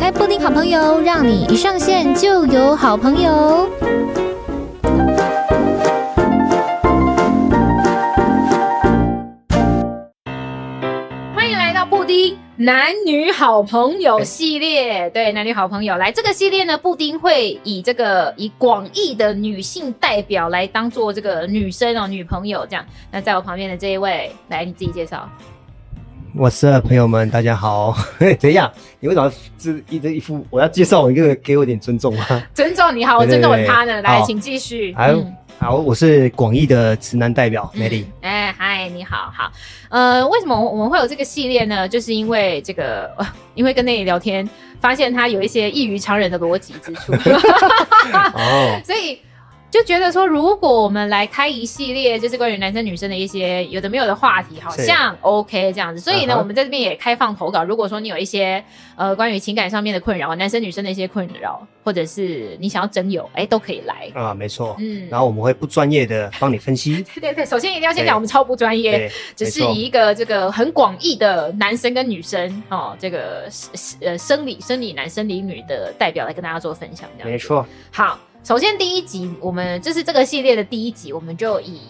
开布丁好朋友，让你一上线就有好朋友。欢迎来到布丁男女好朋友系列。对，男女好朋友来这个系列呢，布丁会以这个以广义的女性代表来当做这个女生哦，女朋友这样。那在我旁边的这一位，来你自己介绍。我是朋友们，大家好。 怎样？你为什么这一直一副我要介绍我一个，给我点尊重吗？尊重你好，我对尊对重对他呢。来，好请继续。好哎好，我是广义的直男代表美丽嗯。哎、嗨，你好，好，呃，为什么我们会有这个系列呢？就是因为这个，呃因为跟内里聊天，发现他有一些异于常人的逻辑之处，哦，所以就觉得说，如果我们来开一系列，就是关于男生女生的一些有的没有的话题，好是像 OK 这样子。所以呢，嗯哼我们在这边也开放投稿，如果说你有一些呃关于情感上面的困扰，男生女生的一些困扰，或者是你想要真友，哎、都可以来。啊，没错。嗯，然后我们会不专业的帮你分析。对对对，首先一定要先讲对我们超不专业，对，只是没错以一个这个很广义的男生跟女生哦，这个是呃生理生理男生理女的代表来跟大家做分享，这样没。错。好，首先第一集，我们这是这个系列的第一集，我们就以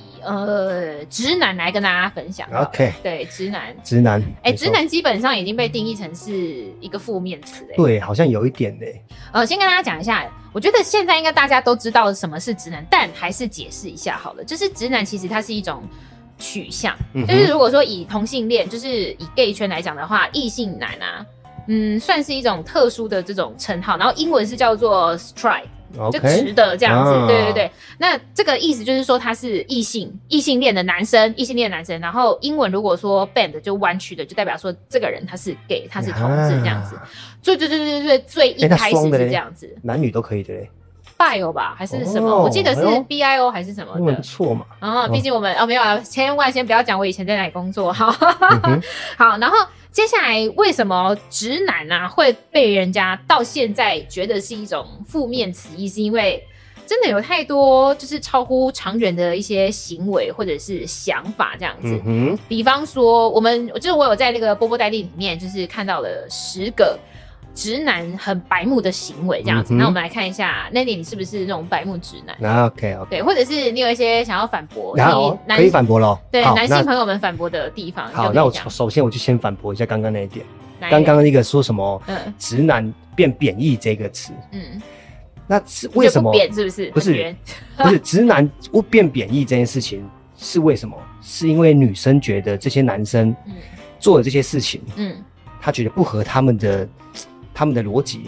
呃直男来跟大家分享好了。 OK 对直男，直男。哎、没错直。男基本上已经被定义成是一个负面词、哎，对，好像有一点呢。呃，先跟大家讲一下，我觉得现在应该大家都知道什么是直男，但还是解释一下好了。就是直男其实它是一种取向，嗯哼就是如果说以同性恋，就是以 gay 圈来讲的话，异性男啊，嗯，算是一种特殊的这种称号，然后英文是叫做 strike。就直 OK。的这样子啊对对对。那这个意思就是说他是异性异性恋的男生，异性恋的男生。然后英文如果说 band 就弯曲的，就代表说这个人他是 gay，他是同志这样子。啊最最最最最最一哎那开始双的是嘞这样子男女都可以的嘞， ，bio 吧还是什么？哦我记得是哎呦 bio 还是什么英文不的。错嘛。哦，毕竟我们哦没有啊，千万先不要讲我以前在哪里工作哈。嗯哼，好，然后接下来为什么直男啊会被人家到现在觉得是一种负面词义？是因为真的有太多就是超乎常人的一些行为或者是想法这样子。嗯哼，比方说，我们就是我有在那个波波代理里面，就是看到了十个直男很白目的行为这样子。嗯哼那我们来看一下 n a n y 你是不是那种白目直男？那 OK OK。对，或者是你有一些想要反驳，然后你可以反驳了。对好男那性朋友们反驳的地方，你就好，可以那我讲首先我就先反驳一下刚刚那一点。哪一刚个刚那个说什么嗯“直男”变贬义这个词，嗯，那是为什么？你觉得不扁是不是？不是很圆 不是直男变贬义这件事情是为什么？是因为女生觉得这些男生嗯做的这些事情，嗯，她觉得不合他们的他们的逻辑，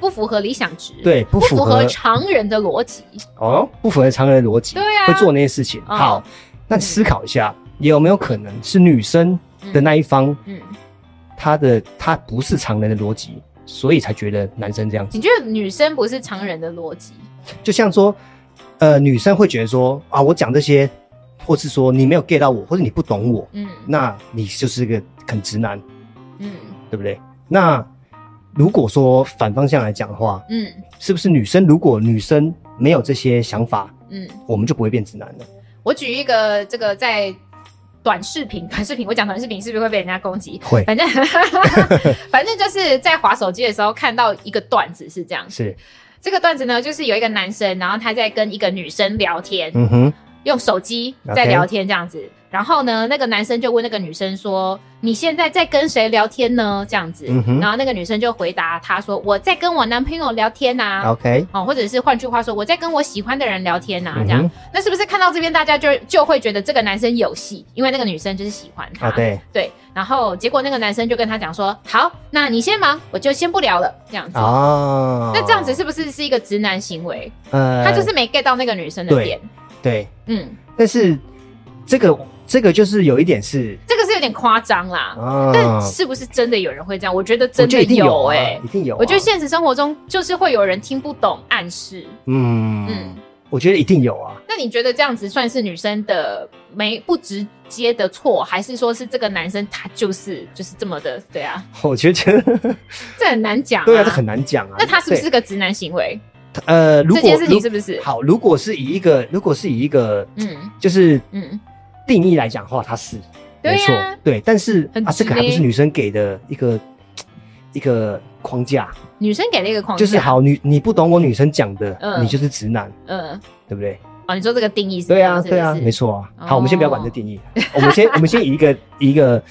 不符合理想值，，对，不不符符合合常人的逻辑，哦，不符合常人的逻辑，对啊会做那些事情。嗯好，那你思考一下，有没有可能是女生的那一方，嗯，她的她不是常人的逻辑，所以才觉得男生这样子你？觉得女生不是常人的逻辑？就像说，呃，女生会觉得说啊，我讲这些，或是说你没有 get 到我，或者你不懂我，嗯那你就是个很直男，嗯对不对？那如果说反方向来讲的话，嗯是不是女生如果女生没有这些想法，嗯，我们就不会变直男了？我举一个这个在。短视频，短视频，我讲短视频是不是会被人家攻击？会 反正反正就是在划手机的时候看到一个段子是这样，是，这个段子呢就是有一个男生，然后他在跟一个女生聊天，嗯哼，用手机在 OK 聊天这样子。然后呢，那个男生就问那个女生说：“你现在在跟谁聊天呢？”这样子，嗯哼然后那个女生就回答他说：“我在跟我男朋友聊天呐、 ，OK，哦，或者是换句话说，我在跟我喜欢的人聊天呐、啊嗯哼这样，那是不是看到这边大家就就会觉得这个男生有戏，因为那个女生就是喜欢他，啊，对，对然后结果那个男生就跟他讲说：“好，那你先忙，我就先不聊了。”这样子，啊，那这样子，是不是是一个直男行为？呃他就是没 get 到那个女生的对点，对，嗯，但是这个这个就是有一点是这个是有点夸张啦，啊，但是不是真的有人会这样？我觉得我真觉的得一定有啊哎、一定有啊，我觉得现实生活中就是会有人听不懂暗示。嗯嗯，我觉得一定有啊。 那你觉得这样子算是女生的没不直接的错，还是说是这个男生他就是就是这么的？对啊，我觉得，这很难讲、对啊，这很。难讲啊啊。那他是不是对个直男行为？呃，如这果件事情如是不是？好？如果是以一个，如果是以一个，嗯就是嗯，定义来讲的话，他是对没错呀，对。但是很啊，这个直还不呢是女生给的一个一个框架，女生给了一个框架，就是，好女你不懂我女生讲的，嗯你就是直男，嗯，对不对？哦，你说这个定义是这对啊，样，对啊，是不没是，错啊。哦好，我们先不要管这定义，我们先我们先以一个以一 个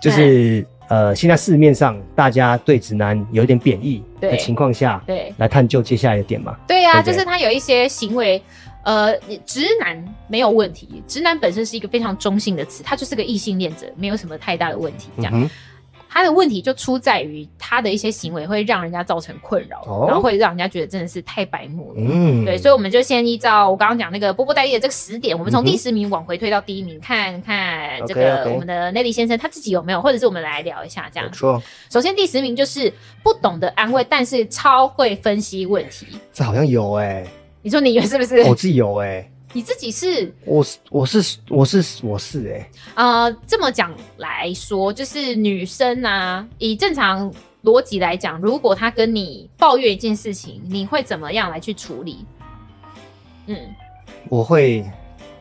就是呃，现在市面上大家对直男有一点贬义的对情况下，对来探究接下来的点嘛。对呀、对啊，不对就是他有一些行为，呃，直男没有问题，直男本身是一个非常中性的词，他就是个异性恋者，没有什么太大的问题，这嗯样。哼，他的问题就出在于他的一些行为会让人家造成困扰，哦然后会让人家觉得真的是太白目了。嗯对，所以我们就先依照我刚刚讲那个波波戴利的这个十点，我们从嗯哼第十名往回推到第一名，看看这 OK，OK 个我们的内力先生他自己有没有，或者是我们来聊一下这样没。错，首先第十名就是不懂得安慰，但是超会分析问题。这好像有 哎，你说你以为是不是？我自己有哎，你自己是我是我是我是我是哎，呃，这么讲来说，就是女生啊，以正常逻辑来讲，如果她跟你抱怨一件事情，你会怎么样来去处理？嗯，我会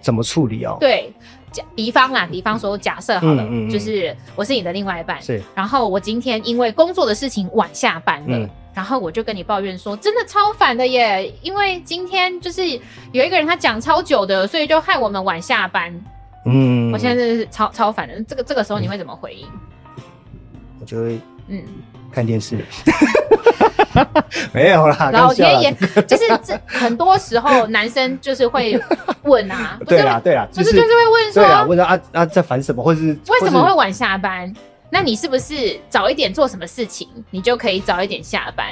怎么处理哦？对，假比方啦，比方说假设好了，嗯嗯嗯就是我是你的另外一半，是，然后我今天因为工作的事情晚下班了。嗯然后我就跟你抱怨说，真的超烦的耶！因为今天就是有一个人他讲超久的，所以就害我们晚下班。嗯我现在真的是超超烦的。这个这个时候你会怎么回应？我就会嗯，看电视， 没有啦，老搞笑天啦爷，就是这很多时候男生就是会问 啊，不对是啦会对啦，不是就是会问对啦，说问到啊啊在烦什么，或是为什么或是会晚下班？那你是不是早一点做什么事情，你就可以早一点下班？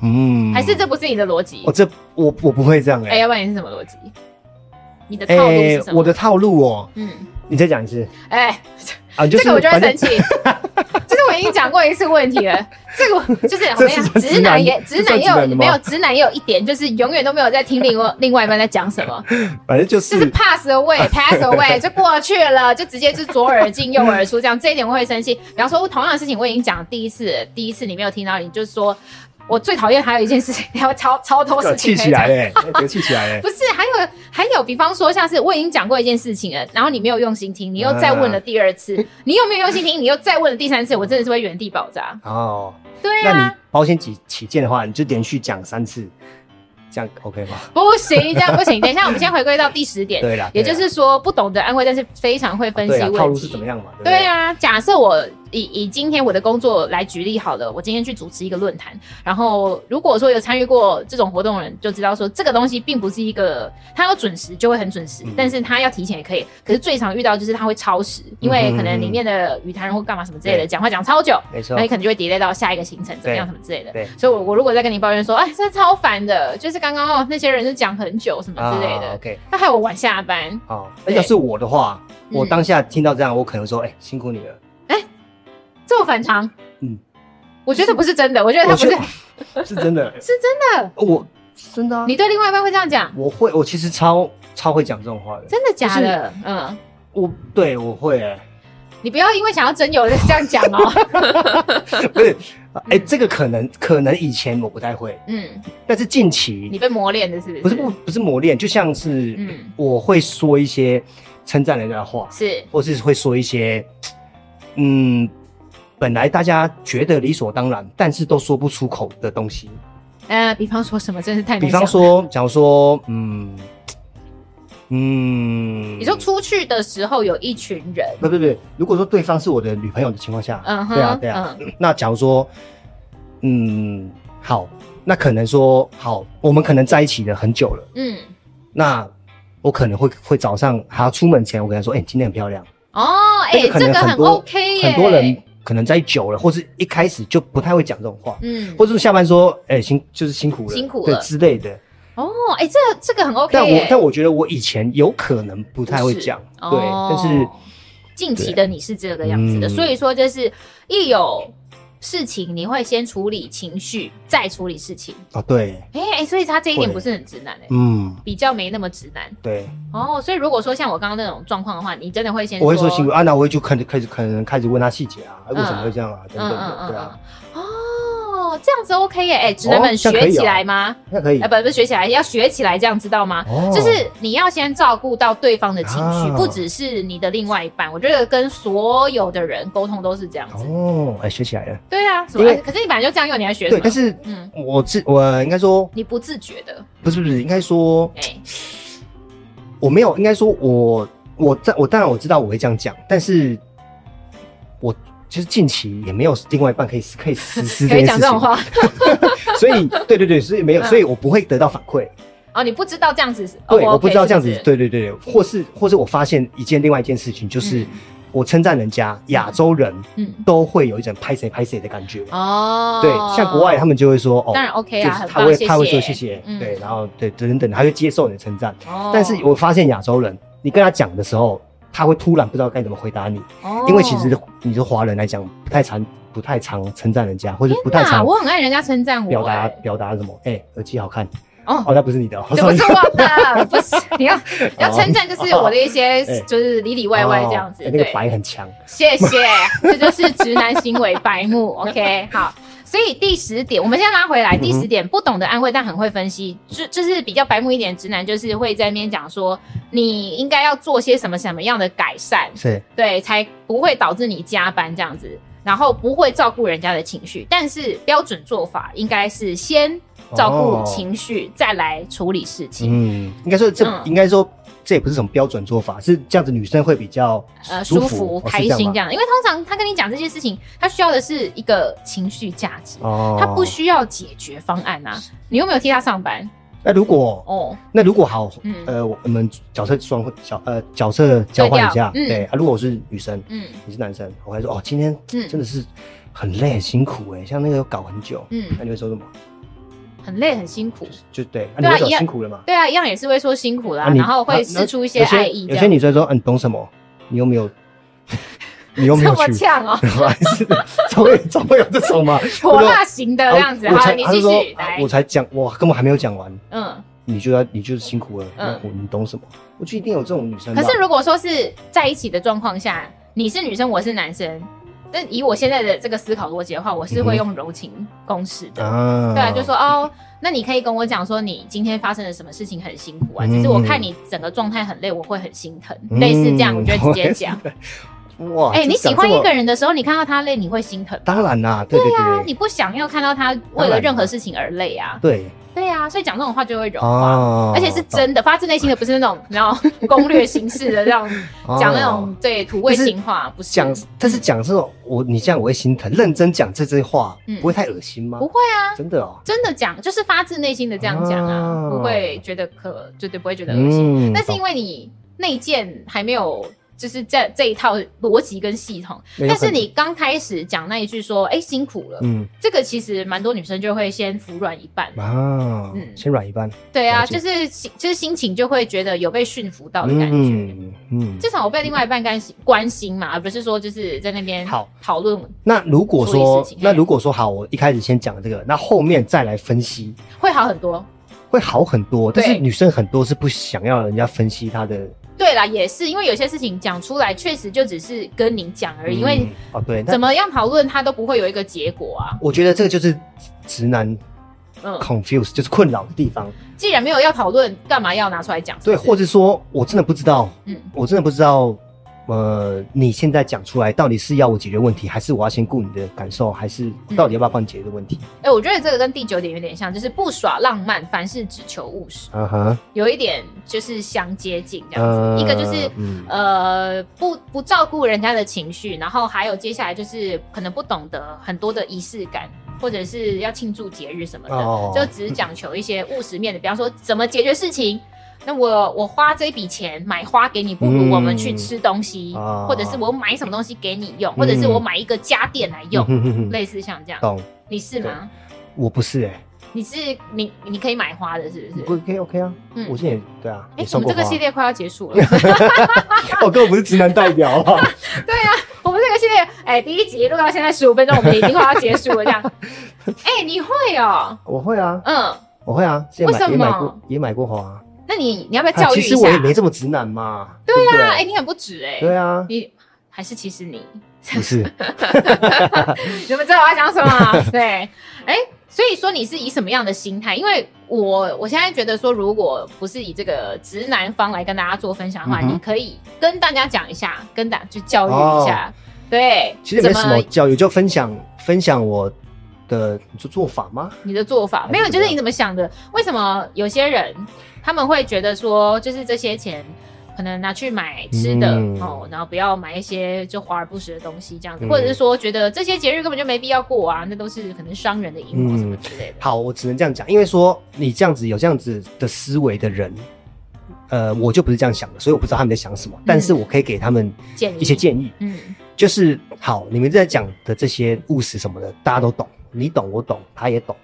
嗯还是这不是你的逻辑我？这我我不会这样哎，哎、要不然你是什么逻辑？你的套路是什么？我的套路哦，嗯，你再讲一次哎，啊，就这是个我就会反正生气。 就是我已经讲过一次问题了，这个我就是怎这么是样？算直直男男也这直男算也直有男的吗没有直男也有一点，就是永远都没有在听另外另外一半在讲什 么。反正就就是是 pass away pass away 就过去了，就直接就左耳进右耳出这样。这一点我会生气。比方说，哦同样的事情我已经讲第一次了，第一次你没有听到，你就说我最讨厌还有一件事情， 还有超超多事情可气以起讲来。哎、欸，这个气起来 哎、不是，还有还有，比方说像是我已经讲过一件事情了，然后你没有用心听，你又再问了第二啊次，你又没有用心听，你又再问了第三次，我真的是会原地爆炸。哦，对那啊你，保险起起见的话，你就连续讲三次，这样 OK 吗？不行，这样不行。等一下，我们先回归到第十点，对啦，也对就啦是说不懂得安慰，但是非常会分析对啦问题。套路是怎么样嘛？对不对啊，假设我以以今天我的工作来举例好了，我今天去主持一个论坛，然后如果说有参与过这种活动的人，就知道说这个东西并不是一个他要准时就会很准时，嗯但是他要提前也可以。可是最常遇到就是他会超时，因为可能嗯里面的语谈人或干嘛什么之类的，对讲话讲超久。没错那，你可能就会 delay 到下一个行程，怎么样，对什么之类的对。所以我，我如果再跟你抱怨说，哎，这超烦的，就是刚刚哦那些人就讲很久什么之类啊的， OK，那、害我晚下班。好、哦，那对要是我的话，我嗯当下听到这样，我可能说，哎、辛苦你了。这么反常。嗯，我觉得不是真的，我觉得他我不是觉得是真的，欸哦是真的。我真的、啊，你对另外一半会这样讲？我会，我其实超超会讲这种话的。真的假的？嗯，我对我会、 欸，你不要因为想要真有就这样讲哦。 不是，哎、这个可能可能以前我不太会，嗯，但是近你期被磨练的是不是？不是不不是磨练，就像是嗯我会说一些称赞人家的话，是，或是会说一些嗯，本来大家觉得理所当然，但是都说不出口的东西。呃，比方说什么，真是太难比讲方了，说，假如说，嗯嗯，你说出去的时候有一群人，不不不，如果说对方是我的女朋友的情况下，嗯哼，对啊对啊，嗯那假如说，嗯，好，那可能说好，我们可能在一起了很久了，嗯，那我可能会会早上还要出门前，我跟他说，哎、你今天很漂亮。哦，哎，这个可这能个很很多 OK 耶，很多人，可能在久了，或是一开始就不太会讲这种话，嗯，或者是下班说，哎、辛就是辛苦了，辛苦对了之类的。哦，哎，这个这个很 OK 但我耶。但我觉得我以前有可能不太会讲，不是对，哦但是近期的你是这个样子的，嗯所以说就是一有事情你会先处理情绪，再处理事情。啊，对，哎、哎，所以他这一点会不是很直男哎、嗯，比较没那么直男对，哦。所以如果说像我刚刚那种状况的话，你真的会先我会说辛苦啊，那我会就开始开始可能开始问他细节啊，哎为什么会这样啊，等嗯等嗯的，嗯对啊，嗯，哦，哦，这样子 OK 耶！哎，直男们哦这样可学以哦起来吗？那可以哎，不不是学起来，要学起来，这样知道吗？哦就是你要先照顾到对方的情绪，啊不只是你的另外一半。我觉得跟所有的人沟通都是这样子。哦，哎，学起来了。对啊，什么？因为哎可是你本来就这样用，你还学什对，么？但是嗯，我自我应该说你不自觉的，不是不是，应该说哎、我没有，应该说我我在我当然我知道我会这样讲，但是我其实近期也没有另外一半可以可以实施可这以件讲事这种情，话 所以对对对，所以没有，嗯所以我不会得到反馈。哦，你不知道这样子是，哦对，我不 OK，知道这样子是，不是对对对，对或是或是我发现一件另外一件事情，就是嗯我称赞人家亚洲人嗯，都会有一种拍谁拍谁的感觉。哦，对，像国外他们就会说哦，当然 OK 啊就是很他棒会谢他会谢说谢谢，嗯对，然后对等等，他会接受你的称赞。哦但是我发现亚洲人，你跟他讲的时候，他会突然不知道该怎么回答你，哦因为其实你是华人来讲，不太常不太常称赞人家，或者不太天哪常我很爱人家称赞我、表达哎表达什么，哎、耳机好看，哦哦，那不是你的，哦这不是我 的，不是你要 要称赞，就是我的一些哦哎就是里里外外这样子。哦哎那个对，白很强，谢谢，这就是直男行为白目。OK，好。所以第十点，我们先拉回来。嗯哼第十点，不懂得安慰但很会分析，就就是比较白目一点，直男就是会在那边讲说，你应该要做些什么什么样的改善，是对，才不会导致你加班这样子，然后不会照顾人家的情绪。但是标准做法应该是先照顾哦情绪，再来处理事情。嗯，应该说这、嗯应该说这也不是什么标准做法，是这样子女生会比较呃舒舒服、服、哦开是心样这吗样。因为通常他跟你讲这些事情，他需要的是一个情绪价值，哦他不。需要解决方案啊。你又没有替他上班那如果哦，那如果好，嗯呃，我们角色双角呃角色交换一下，对调嗯对啊，如果我是女生，嗯你是男生，我还说哦，今天嗯真的是很累很辛苦哎、像那个搞很久，嗯那，你会说什么？很累很辛苦。就对，啊、你对啊会说一样辛苦了嘛？对啊，一样也是会说辛苦啦，啊你然后啊会那试出一些爱意这有些有些样。女生说，嗯、你懂什么？你又没 有，你又没这有么 去，呛哦，还是总会总会有这种 嘛？啊火辣型的这样子。我好，才你他继就说续啊来我。才讲，我根本还没有讲完，嗯，你就要你就是辛苦了，那嗯我你懂什么？我就一定有这种女生吧。可是如果说是在一起的状况下，你是女生，我是男生。但以我现在的这个思考逻辑的话，我是会嗯哼用柔情公式的。啊，对啊，就说哦，那你可以跟我讲说你今天发生了什么事情很辛苦啊，只是我看你整个状态很累，我会很心疼，嗯类似这样，我就会直接 讲。哇，哎，就你讲喜欢这一么个，人的时候，你看到他累，你会心疼。当然啦，对对啊，对你不想要看到他为了任何事情而累啊，对对啊，所以讲这种话就会对融化，哦啊而且是真的，发自内心的，不是那种然后 攻略形式的这样哦讲那种对土味情话，不是讲，但是讲这种我你这样我会心疼，认真讲这些话嗯不会太恶心吗不？会啊，真的哦，真的讲就是发自内心的这样讲啊，哦不会觉得可绝对不会觉得恶心。嗯但是因为为你内建还没有，就是这这一套逻辑跟系统，但是你刚开始讲那一句说，哎、辛苦了，嗯这个其实蛮多女生就会先服软一半，啊嗯，先软一半对啊，了解就是心就是心情就会觉得有被驯服到的感觉。嗯嗯，至少我被另外一半关心关心嘛，而不是说就是在那边好讨论。那如果处理说事情哎那如果说好，我一开始先讲这个，那后面再来分析会好很多。会好很多。对但是女生很多是不想要人家分析她的对啦，也是因为有些事情讲出来，确实就只是跟你讲而已，因为嗯哦对，怎那么样讨论它都不会有一个结果啊。我觉得这个就是直男嗯， confuse 就是困扰的地方。既然没有要讨论，干嘛要拿出来讲？对，或者者说我真的不知道，嗯。我真的不知道，呃，你现在讲出来到底是要我解决问题，还是我要先顾你的感受，还是到底要不要帮你解决问题？哎、我觉得这个跟第九点有点像，就是不耍浪漫，凡事只求务实，嗯哼，有一点就是相接近这样子。呃一个就是嗯呃不不照顾人家的情绪，然后还有接下来就是可能不懂得很多的仪式感，或者是要庆祝节日什么的，哦就只讲求一些务实面的，比方说怎么解决事情。那我我花这笔钱买花给你，不如嗯我们去吃东西，哦或者是我买什么东西给你用，或者是我买一个家电来用，嗯哼哼哼类似像这样，懂？你是吗？我不是哎、你是你你可以买花的，是不是？不 OK OK 啊，嗯我现在也对啊，哎、也我送们这过个花 哦系，列快要结束了。我根本不是直男代表啊， 我们这个系列，哎、第一集录到现在十五分钟，我们已经快要结束了，这样。哎、你会哦、我会啊，嗯，我会啊，之前为什买也买么过也买过花啊、那你你要不要啊，教育其一实下？我也没这么直男嘛，对对啊，哎、不你很不直哎、对对啊，你还是其实你？ 不是，你们知道我要讲什么 啊？对，哎、所以说你是以什么样的心态？因为我我现在觉得说，如果不是以这个直男方来跟大家做分享的话，嗯哼你可以跟大家讲一下，跟大家去教育一下，对，哦其实也没什怎么教育，就分享分享我的你说做法吗？你的做法，还是没有，怎么就是样你怎么想的？为什么有些人他们会觉得说，就是这些钱可能拿去买吃的、嗯哦，然后不要买一些就华而不实的东西这样子，嗯或者是说觉得这些节日根本就没必要过啊，那都是可能商人的阴谋嗯什么之类的。好，我只能这样讲，因为说你这样子有这样子的思维的人，呃，我就不是这样想的，所以我不知道他们在想什么，但是我可以给他们建议一些建议，嗯就是好，你们在讲的这些务实什么的，大家都懂，你懂我懂，他也懂，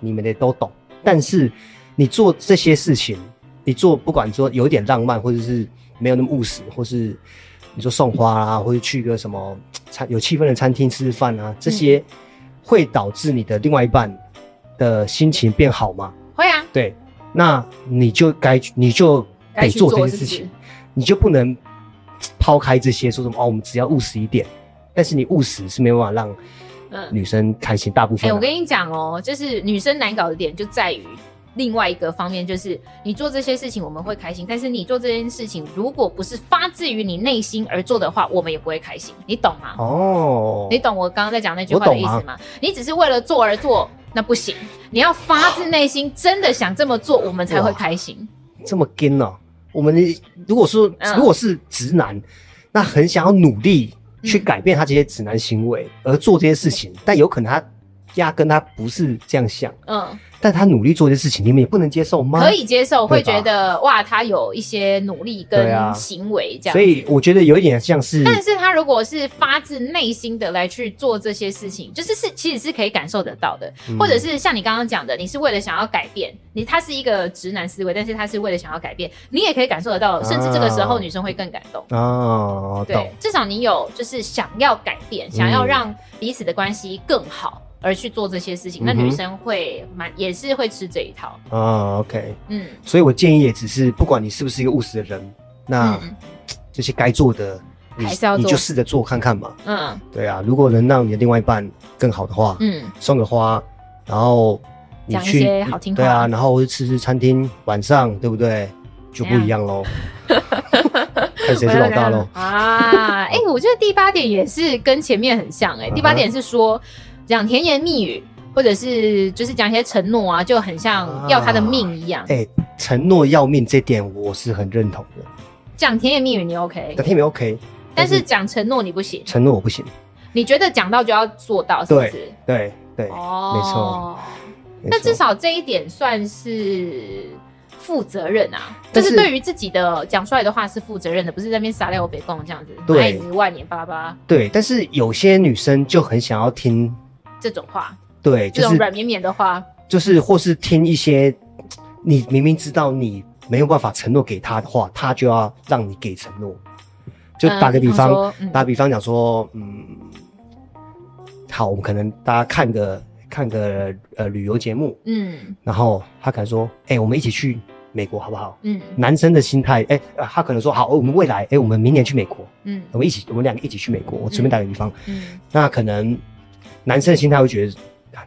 你们也都懂，但是你做这些事情，你做不管说有一点浪漫，或者是没有那么务实，或是你说送花啊，或者去一个什么餐有气氛的餐厅吃吃饭啊，这些会导致你的另外一半的心情变好吗？会啊，对，那你就该你就该得去做这件自事己情，你就不能抛开这些说什么哦，我们只要务实一点。但是你务实是没办法让嗯，女生开心，大部哎、分、啊我跟你讲哦，就是女生难搞的点就在于另外一个方面，就是你做这些事情我们会开心，但是你做这件事情如果不是发自于你内心而做的话，我们也不会开心，你懂吗？哦，你懂我刚刚在讲那句我话的懂意思啊吗？你只是为了做而做，那不行，你要发自内心真的想这么做，我们才会哇开心。这么跟哦。我们如果说嗯如果是直男，那很想要努力去嗯改变他这些直男行为，而做这些事情，但有可能他压根他不是这样想，嗯，但他努力做这些事情，你们也不能接受吗？可以接受，会对吧觉得哇，他有一些努力对跟啊行为这样子。所以我觉得有一点像是，但是他如果是发自内心的来去做这些事情，就是是其实是可以感受得到的，嗯或者是像你刚刚讲的，你是为了想要改变，你他是一个直男思维，但是他是为了想要改变，你也可以感受得到，啊甚至这个时候女生会更感动。哦，懂嗯对，，至少你有就是想要改变，想要让彼此的关系更好而去做这些事情，那嗯哼女生会蛮也是会吃这一套。哦，OK。嗯，所以我建议也只是，不管你是不是一个务实的人，那嗯这些该做的，你还是要做你就试着做看看嘛。嗯对啊，如果能让你的另外一半更好的话，嗯，送个花，然后你讲一去些好听话对啊，然后去吃吃餐厅，晚上对不对？就不一样喽，哎 看谁是老大喽。啊！哎、我觉得第八点也是跟前面很像哎、嗯哼第八点是说讲甜言蜜语，或者是就是讲一些承诺啊，就很像要他的命一样。哎、承诺要命这点我是很认同的，讲、甜言蜜语你 OK，那天没 OK，哎但是讲承诺你不行。承诺我不行。你觉得讲到就要做到，是不是？对对，没错哦，没那错至少这一点算是负责任啊，就但是是对于自己的讲出来的话是负责任的，不是在那边撒尿北贡这样子，对爱你万年巴拉巴拉对，但是有些女生就很想要听，这种话，对，这就种是软绵绵的话。就是或是听一些你明明知道你没有办法承诺给他的话，他就要让你给承诺。就打个比方，嗯打比方讲说，嗯，好，我们可能大家看个看个呃旅游节目，嗯然后他可能说，哎、我们一起去美国好不好？嗯男生的心态，哎、呃他可能说好，我们未来，哎、我们明年去美国，嗯我们一起，我们两个一起去美国。我随便打个比方，嗯那可能男生的心态会觉得，啊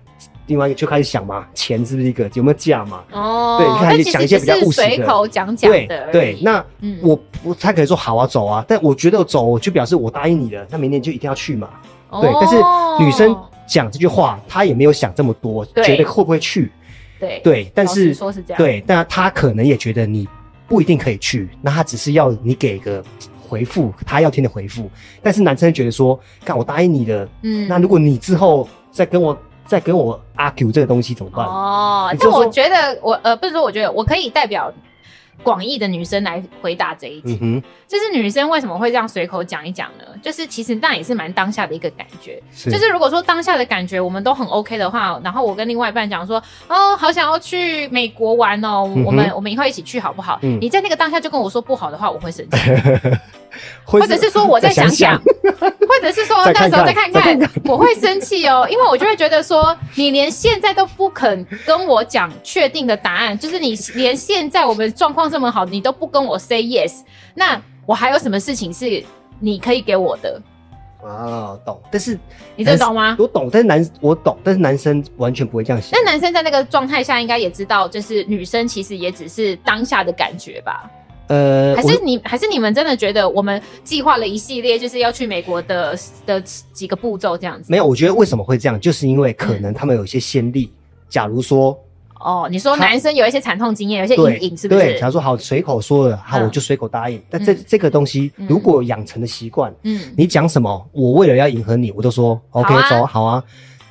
另外一个就开始想嘛，钱是不是一个有没有价嘛？哦，对你看但你其讲实一些只比较是务实的随口讲讲对的而已对，那嗯我我他可能说好啊，走啊，但我觉得我走，就表示我答应你了，那明年就一定要去嘛。对，但是哦女生讲这句话，她也没有想这么多，对觉得会不会去？对对，但老实是说是这样，对，那她可能也觉得你不一定可以去，那她只是要你给个回复，她要听的回复。但是男生觉得说，看我答应你了，嗯那如果你之后再跟我再跟我 argue 这个东西怎么办？哦你，但就说我觉得我呃不是说我觉得我可以代表广义的女生来回答这一题，嗯哼，就是女生为什么会这样随口讲一讲呢？就是其实那也是蛮当下的一个感觉，是就是如果说当下的感觉我们都很 OK 的话，然后我跟另外一半讲说，哦，好想要去美国玩哦，嗯哼我们我们以后一起去好不好？嗯你在那个当下就跟我说不好的话，我会生气，或或者是说我再想想， 或者是说那再看看时候再看再看看，我会生气哦，因为我就会觉得说你连现在都不肯跟我讲确定的答案，就是你连现在我们状况这么好，你都不跟我 say yes，那我还有什么事情是你可以给我的，啊，懂。但是你这懂吗？我懂，但是男我懂，但是男生完全不会这样想但。男生在那个状态下，应该也知道，就是女生其实也只是当下的感觉吧？呃，还我是你，还是你们真的觉得我们计划了一系列，就是要去美国的的几个步骤这样子？没有，我觉得为什么会这样，就是因为可嗯能他们有一些先例。假如说，哦，你说男生有一些惨痛经验，有一些对阴影，是不对，是假？如说好随口说了，好，嗯我就随口答应。但这嗯这个东西嗯如果养成的习惯，嗯，你讲什么，我为了要迎合你，我都说 OK 啊走好啊。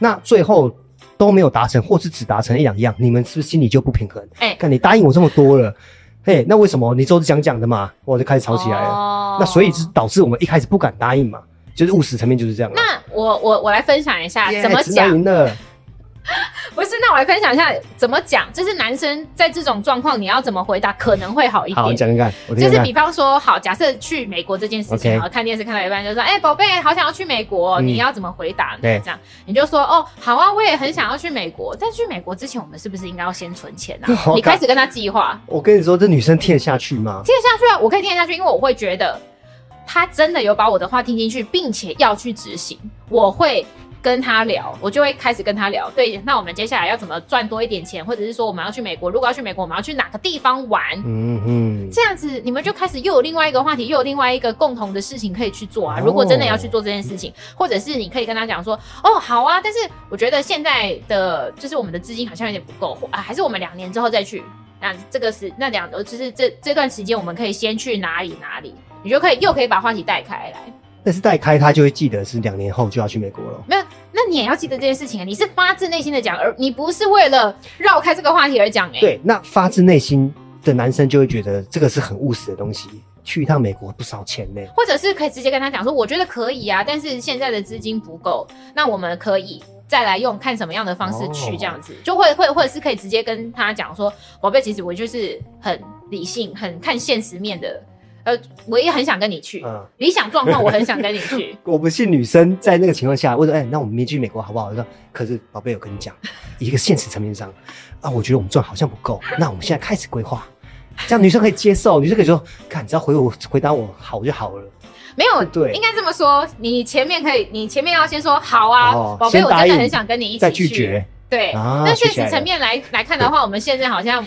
那最后都没有达成，或是只达成一两样，你们是不是心里就不平衡？哎看你答应我这么多了，嘿，那为什么你都是讲讲的嘛？我就开始吵起来了。哦那所以是导致我们一开始不敢答应嘛，就是务实层面就是这样啊。那我我我来分享一下 Yeah，怎么直男讲，赢了？不是？那我来分享一下怎么讲，就是男生在这种状况，你要怎么回答可能会好一好，你点。讲讲看，我听就听是看比。方说，好，假设去美国这件事 OK 情，好看电视看到一半就说，哎、宝贝，好想要去美国哦，嗯你要怎么回答呢？对这样你就说，哦，好啊，我也很想要去美国，但去美国之前，我们是不是应该要先存钱啊 我靠？你开始跟他计划，我跟你说，这女生听得下去吗？听得下去啊，我可以听得下去，因为我会觉得他真的有把我的话听进去，并且要去执行，我会。跟他聊，我就会开始跟他聊。对，那我们接下来要怎么赚多一点钱，或者是说我们要去美国？如果要去美国，我们要去哪个地方玩？嗯嗯，这样子，你们就开始又有另外一个话题，又有另外一个共同的事情可以去做啊哦。如果真的要去做这件事情，或者是你可以跟他讲说，哦，好啊，但是我觉得现在的就是我们的资金好像有点不够啊，还是我们两年之后再去。那这个是那两，就是这这段时间我们可以先去哪里哪里，你就可以又可以把话题带开来。但是带开她就会记得是两年后就要去美国了。没有，那你也要记得这件事情啊，你是发自内心的讲，而你不是为了绕开这个话题而讲、欸。，对，那发自内心的男生就会觉得这个是很务实的东西。去一趟美国不少钱呢、或者是可以直接跟他讲说，我觉得可以啊，但是现在的资金不够，那我们可以再来用看什么样的方式去哦这样子，就会会或者是可以直接跟他讲说，宝贝，其实我就是很理性、很看现实面的，呃，我也很想跟你去，嗯，理想状况我很想跟你 ，去我不信女生在那个情况下，我说：“哎、那我们明天去美国好不好？”我说：“可是宝贝，我跟你讲，一个现实层面上啊，我觉得我们赚好像不够，那我们现在开始规划，这样女生可以接受，女生可以说：‘看，你只要回我回答我好就好了。没有。对应该这么说，你前面可以，你前面要先说好啊哦，宝贝、先我答真应的很想跟你一’再起拒去。绝。对，啊那学现起来实层了面来来看的话，我们现在好像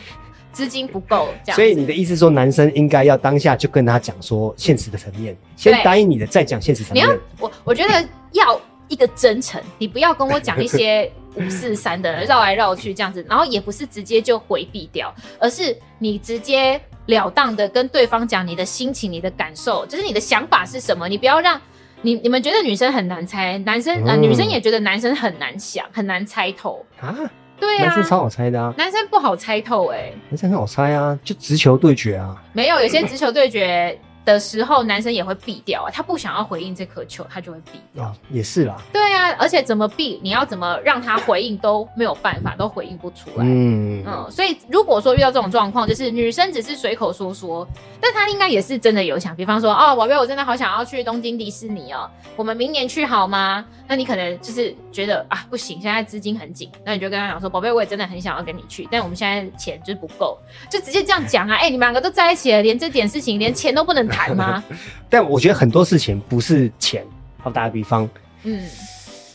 资金不够，这样子。所以你的意思说，男生应该要当下就跟他讲说现实的层面，先对答应你的，再讲现实层你面要。我，我觉得要一个真诚，你不要跟我讲一 些五四三的绕来绕去这样子，然后也不是直接就回避掉，而是你直截了当的跟对方讲你的心情、你的感受，就是你的想法是什么，你不要让。你你们觉得女生很难猜，男生呃嗯女生也觉得男生很难想，很难猜透。啊，对啊男，生超好猜的啊，男生不好猜透哎、男生很好猜啊，就直球对决啊。没有有些直球对决的时候，男生也会避掉啊，他不想要回应这颗球，他就会避掉。啊，也是啦，对啊，而且怎么避，你要怎么让他回应都没有办法，都回应不出来。嗯嗯，所以如果说遇到这种状况，就是女生只是随口说说，但她应该也是真的有想，比方说，哦，宝贝，我真的好想要去东京迪士尼哦，我们明年去好吗？那你可能就是觉得啊，不行，现在资金很紧，那你就跟她讲说，宝贝，我也真的很想要跟你去，但我们现在钱就是不够，就直接这样讲啊，哎、你们两个都在一起了，连这点事情连钱都不能谈吗？但我觉得很多事情不是钱。好，打个比方，嗯，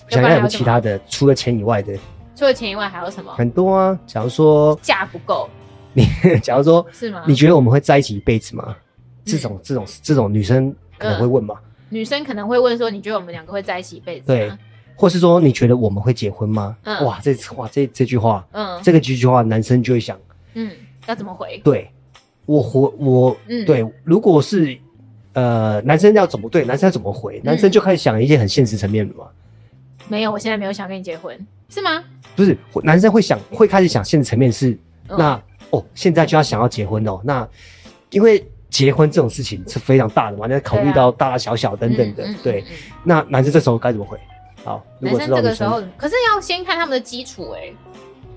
我想看有没有其他的，除了钱以外的除了钱以外还有什么？很多啊。假如说，价不够你 假如说，是吗？你觉得我们会在一起一辈子吗？这种这种这种女生可能会问嘛，女生可能会问说：“你觉得我们两个会在一起一辈子啊对吗？”，或是说你觉得我们会结婚吗？嗯哇，这哇这这句话，嗯这个几句话，男生就会想，嗯，要怎么回？对我活我嗯对，如果是呃男生要怎么对，男生要怎么回，男嗯生就开始想一些很现实层面的嘛。没有，我现在没有想跟你结婚，是吗？不是男生会想，会开始想现实层面是，嗯那哦，现在就要想要结婚哦，那因为结婚这种事情是非常大的嘛，那考虑对啊到大大小小等等的，嗯嗯嗯对嗯。那男生这时候该怎么回？好，如男果知生道这女个时生候，可是要先看他们的基础哎、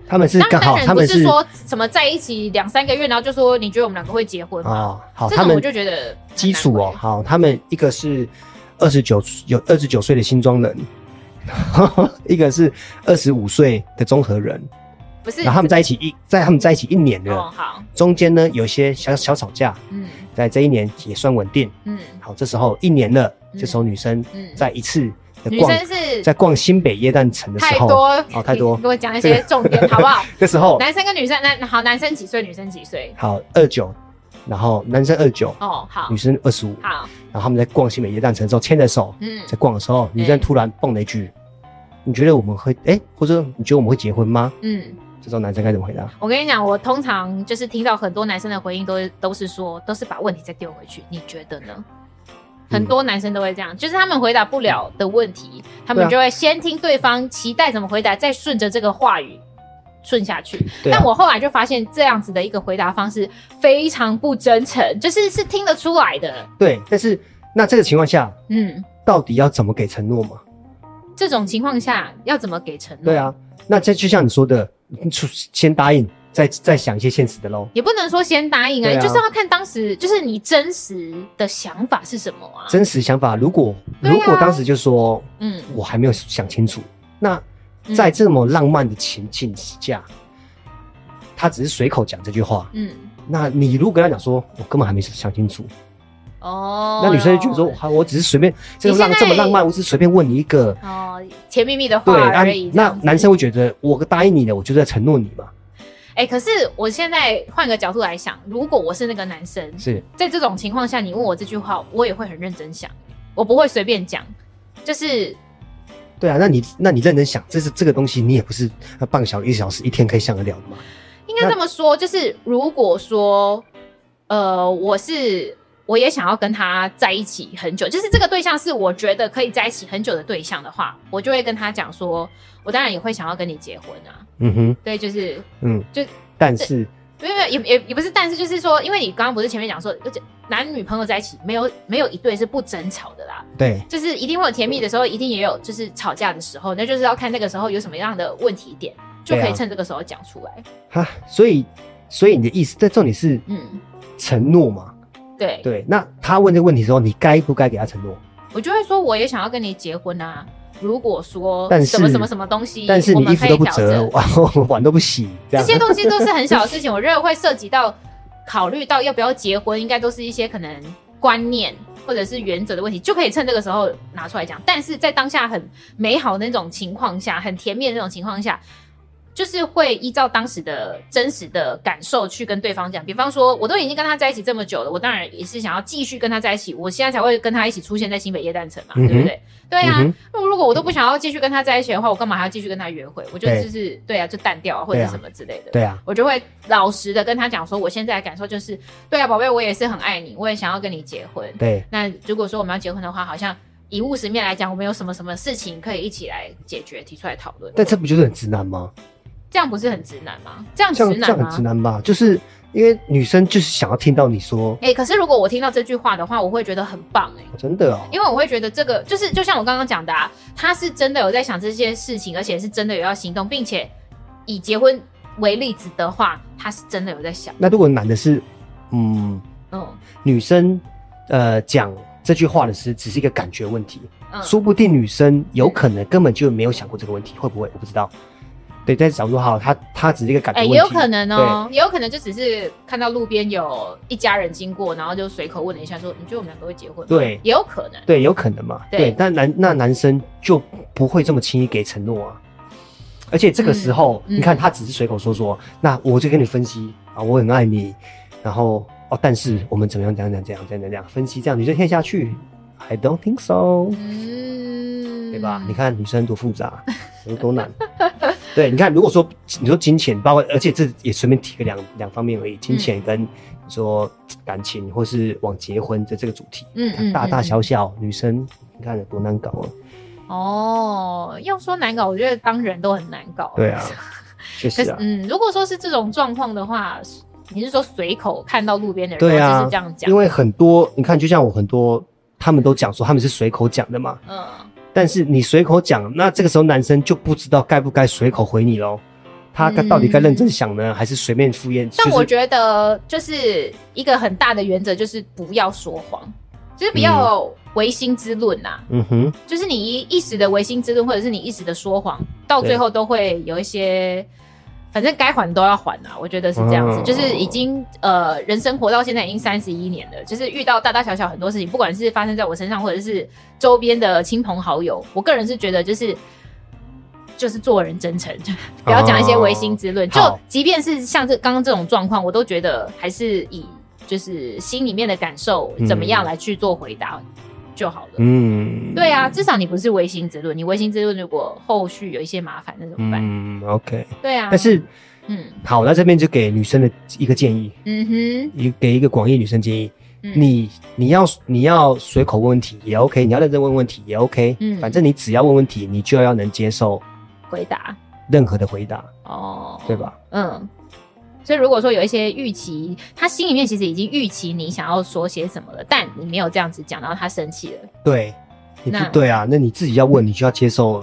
他们是当刚好，当然他不们是是说什么在一起两三个月，然后就说你觉得我们两个会结婚吗？啊，好，这他种们我就觉得很难回基础哦，，好，他们一个是二十九有二十九 岁的新庄人，一个是二十五岁的综合人，不是然后他们在一啊起一在他们在一起一年哦，了，好，中间呢有些小小吵架，嗯在这一年也算稳定。嗯好，这时候一年了，嗯这时候女生嗯，在一次的女逛生是在逛新北耶诞城的太时多候，哦太多哦你给我讲一些重点好不 好？这时候男生跟女生，男好，男生几岁，女生几岁？好二九，然后男生二九，哦，好女，生二十五，好，然后他们在逛新北耶诞城之后牵着手，嗯，在逛的时候，女生突然蹦了一句：“你觉得我们会哎、或者你觉得我们会结婚吗嗯，？”这时候男生该怎么回答？我跟你讲，我通常就是听到很多男生的回应都都是说，都是把问题再丢回去，你觉得呢？嗯很多男生都会这样，就是他们回答不了的问题，他啊们就会先听对方期待怎么回答，再顺着这个话语顺下去。对啊但我后来就发现，这样子的一个回答方式非常不真诚，就是是听得出来的。对，但是那这个情况下，嗯，到底要怎么给承诺嘛？这种情况下要怎么给承诺？对，啊，那这就像你说的，你出先答应，再再想一些现实的喽。也不能说先答应啊，对啊就是要看当时就是你真实的想法是什么啊。真实想法，如果、对啊如果当时就说嗯我还没有想清楚，那在这么浪漫的情境下，他只是随口讲这句话，嗯。那你如果跟他讲说，我根本还没想清楚，哦，那女生就觉得说，哇我只是随便这个浪你现在这么浪漫，我只是随便问你一个，哦，甜蜜蜜的对，话那而已。这样那子男生，会觉得我答应你了，我就在承诺你嘛，哎、可是我现在换个角度来想，如果我是那个男生，是在这种情况下，你问我这句话，我也会很认真想，我不会随便讲，就是对啊，那你那你认真想，这是这个东西，你也不是呃半个小时、一小时、一天可以想得了的嘛，应该这么说，就是如果说，呃，我是我也想要跟他在一起很久，就是这个对象是我觉得可以在一起很久的对象的话，我就会跟他讲说，我当然也会想要跟你结婚啊，嗯哼，对，就是嗯，就但是没有没有，也也也不是，但是就是说，因为你刚刚不是前面讲说，而且男女朋友在一起没有没有一对是不争吵的啦，对就是一定会有甜蜜的时候，一定也有就是吵架的时候，那就是要看那个时候有什么样的问题点，就对啊可以趁这个时候讲出来。哈，所以所以你的意思，但重点是嗯，承诺嘛，对，对，那他问这个问题的时候，你该不该给他承诺？我就会说我也想要跟你结婚啊。如果说但是什么什么什么东西，但是我你们衣服可都以不调折整，， 碗碗都不洗，这这样些东西都是很小的事情，我认为会涉及到考虑到要不要结婚，应该都是一些可能观念或者是原则的问题，就可以趁这个时候拿出来讲。但是在当下很美好的那种情况下，很甜蜜的那种情况下，就是会依照当时的真实的感受去跟对方讲。比方说，我都已经跟他在一起这么久了，我当然也是想要继续跟他在一起，我现在才会跟他一起出现在新北夜诞城嘛，嗯哼对不对？对啊，嗯哼那如果我都不想要继续跟他在一起的话，我干嘛还要继续跟他约会？我就对就是对啊，就淡掉啊，或对者啊什么之类的。对啊，我就会老实的跟他讲说，我现在的感受就是，对啊，宝贝，我也是很爱你，我也想要跟你结婚。对那如果说我们要结婚的话，好像以务实面来讲，我们有什么什么事情可以一起来解决，提出来讨论，但这不就是很直男吗？这样不是很直男吗？这样这样直这男样很吗直？男吧？就是因为女生就是想要听到你说哎、可是如果我听到这句话的话，我会觉得很棒哎、真的哦，因为我会觉得这个就是就像我刚刚讲的、啊，他是真的有在想这件事情，而且是真的有要行动，并且以结婚为例子的话，他是真的有在想，那如果男的是，嗯，嗯女生呃讲这句话的是只是一个感觉问题，嗯，说不定女生有可能根本就没有想过这个问题，会不会？我不知道。对，但是假如说好，她她只是一个感觉哎、问题，也有可能哦，也有可能就只是看到路边有一家人经过，然后就随口问了一下说，你觉得我们两个会结婚吗？对也有可能。对，对，有可能嘛。对对，但男那男生就不会这么轻易给承诺啊。而且这个时候，嗯嗯你看他只是随口说说，那我就跟你分析啊，我很爱你，然后哦，但是我们怎么样，怎样，怎样，怎样，怎样怎样，分析这样，女生听下去，I don't think so。嗯，对吧？你，看女生多复杂，有多难。 对，你看，如果说你说金钱，包括而且这也随便提个两两方面而已，嗯金钱跟你说感情，或是往结婚的这个主题，嗯嗯，大大嗯小小，女生你看有多难搞啊？嗯哦，要说难搞，我觉得当人都很难搞。对啊，确可实哦是、啊，嗯，如果说是这种状况的话，你是说随口看到路边的人，对然后啊就是这样，讲，因为很多你看，就像我很多。他们都讲说他们是随口讲的嘛，嗯，但是你随口讲，那这个时候男生就不知道该不该随口回你喽。他该嗯到底该认真想呢，还是随便敷衍？但就是我觉得就是一个很大的原则，就是不要说谎，就是不要违心之论啊呐、嗯哼，就是你一一时的违心之论，或者是你一时的说谎，到最后都会有一些反正该还都要还啊，我觉得是这样子，嗯就是已经呃，人生活到现在已经三十一年了，就是遇到大大小小很多事情，不管是发生在我身上，或者是周边的亲朋好友，我个人是觉得就是就是做人真诚， 不要讲一些违心之论。就啊好即便是像这刚刚这种状况，我都觉得还是以就是心里面的感受怎么样嗯来去做回答就好了。嗯，对啊，至少你不是唯心之论。你唯心之论，如果后续有一些麻烦，那怎么办？嗯，OK。对啊，但是嗯好，那这边就给女生的一个建议，嗯哼，一给一个广义女生建议，嗯你你要你要随口问问题也 OK，你要认真问问题也 OK，嗯反正你只要问问题，你就要能接受回答任何的回答，哦，对？吧？嗯，所以如果说有一些预期，他心里面其实已经预期你想要说些什么了，但你没有这样子讲，然后他生气了，对，你不那对啊，那你自己要问，你就要接受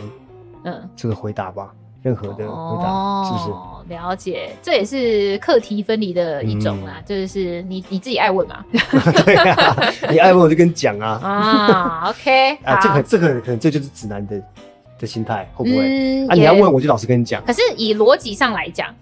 嗯，这个回答吧，任何的回答、是不是？ 哦，了解，这也是课题分离的一种嗯啦，就是你你自己爱问 嘛对啊，你爱问我就跟你讲啊，啊，OK，好，啊，这个这个可能这就是直男的的心态，会不会？嗯啊，你也要问我就老实跟你讲，可是以逻辑上来讲，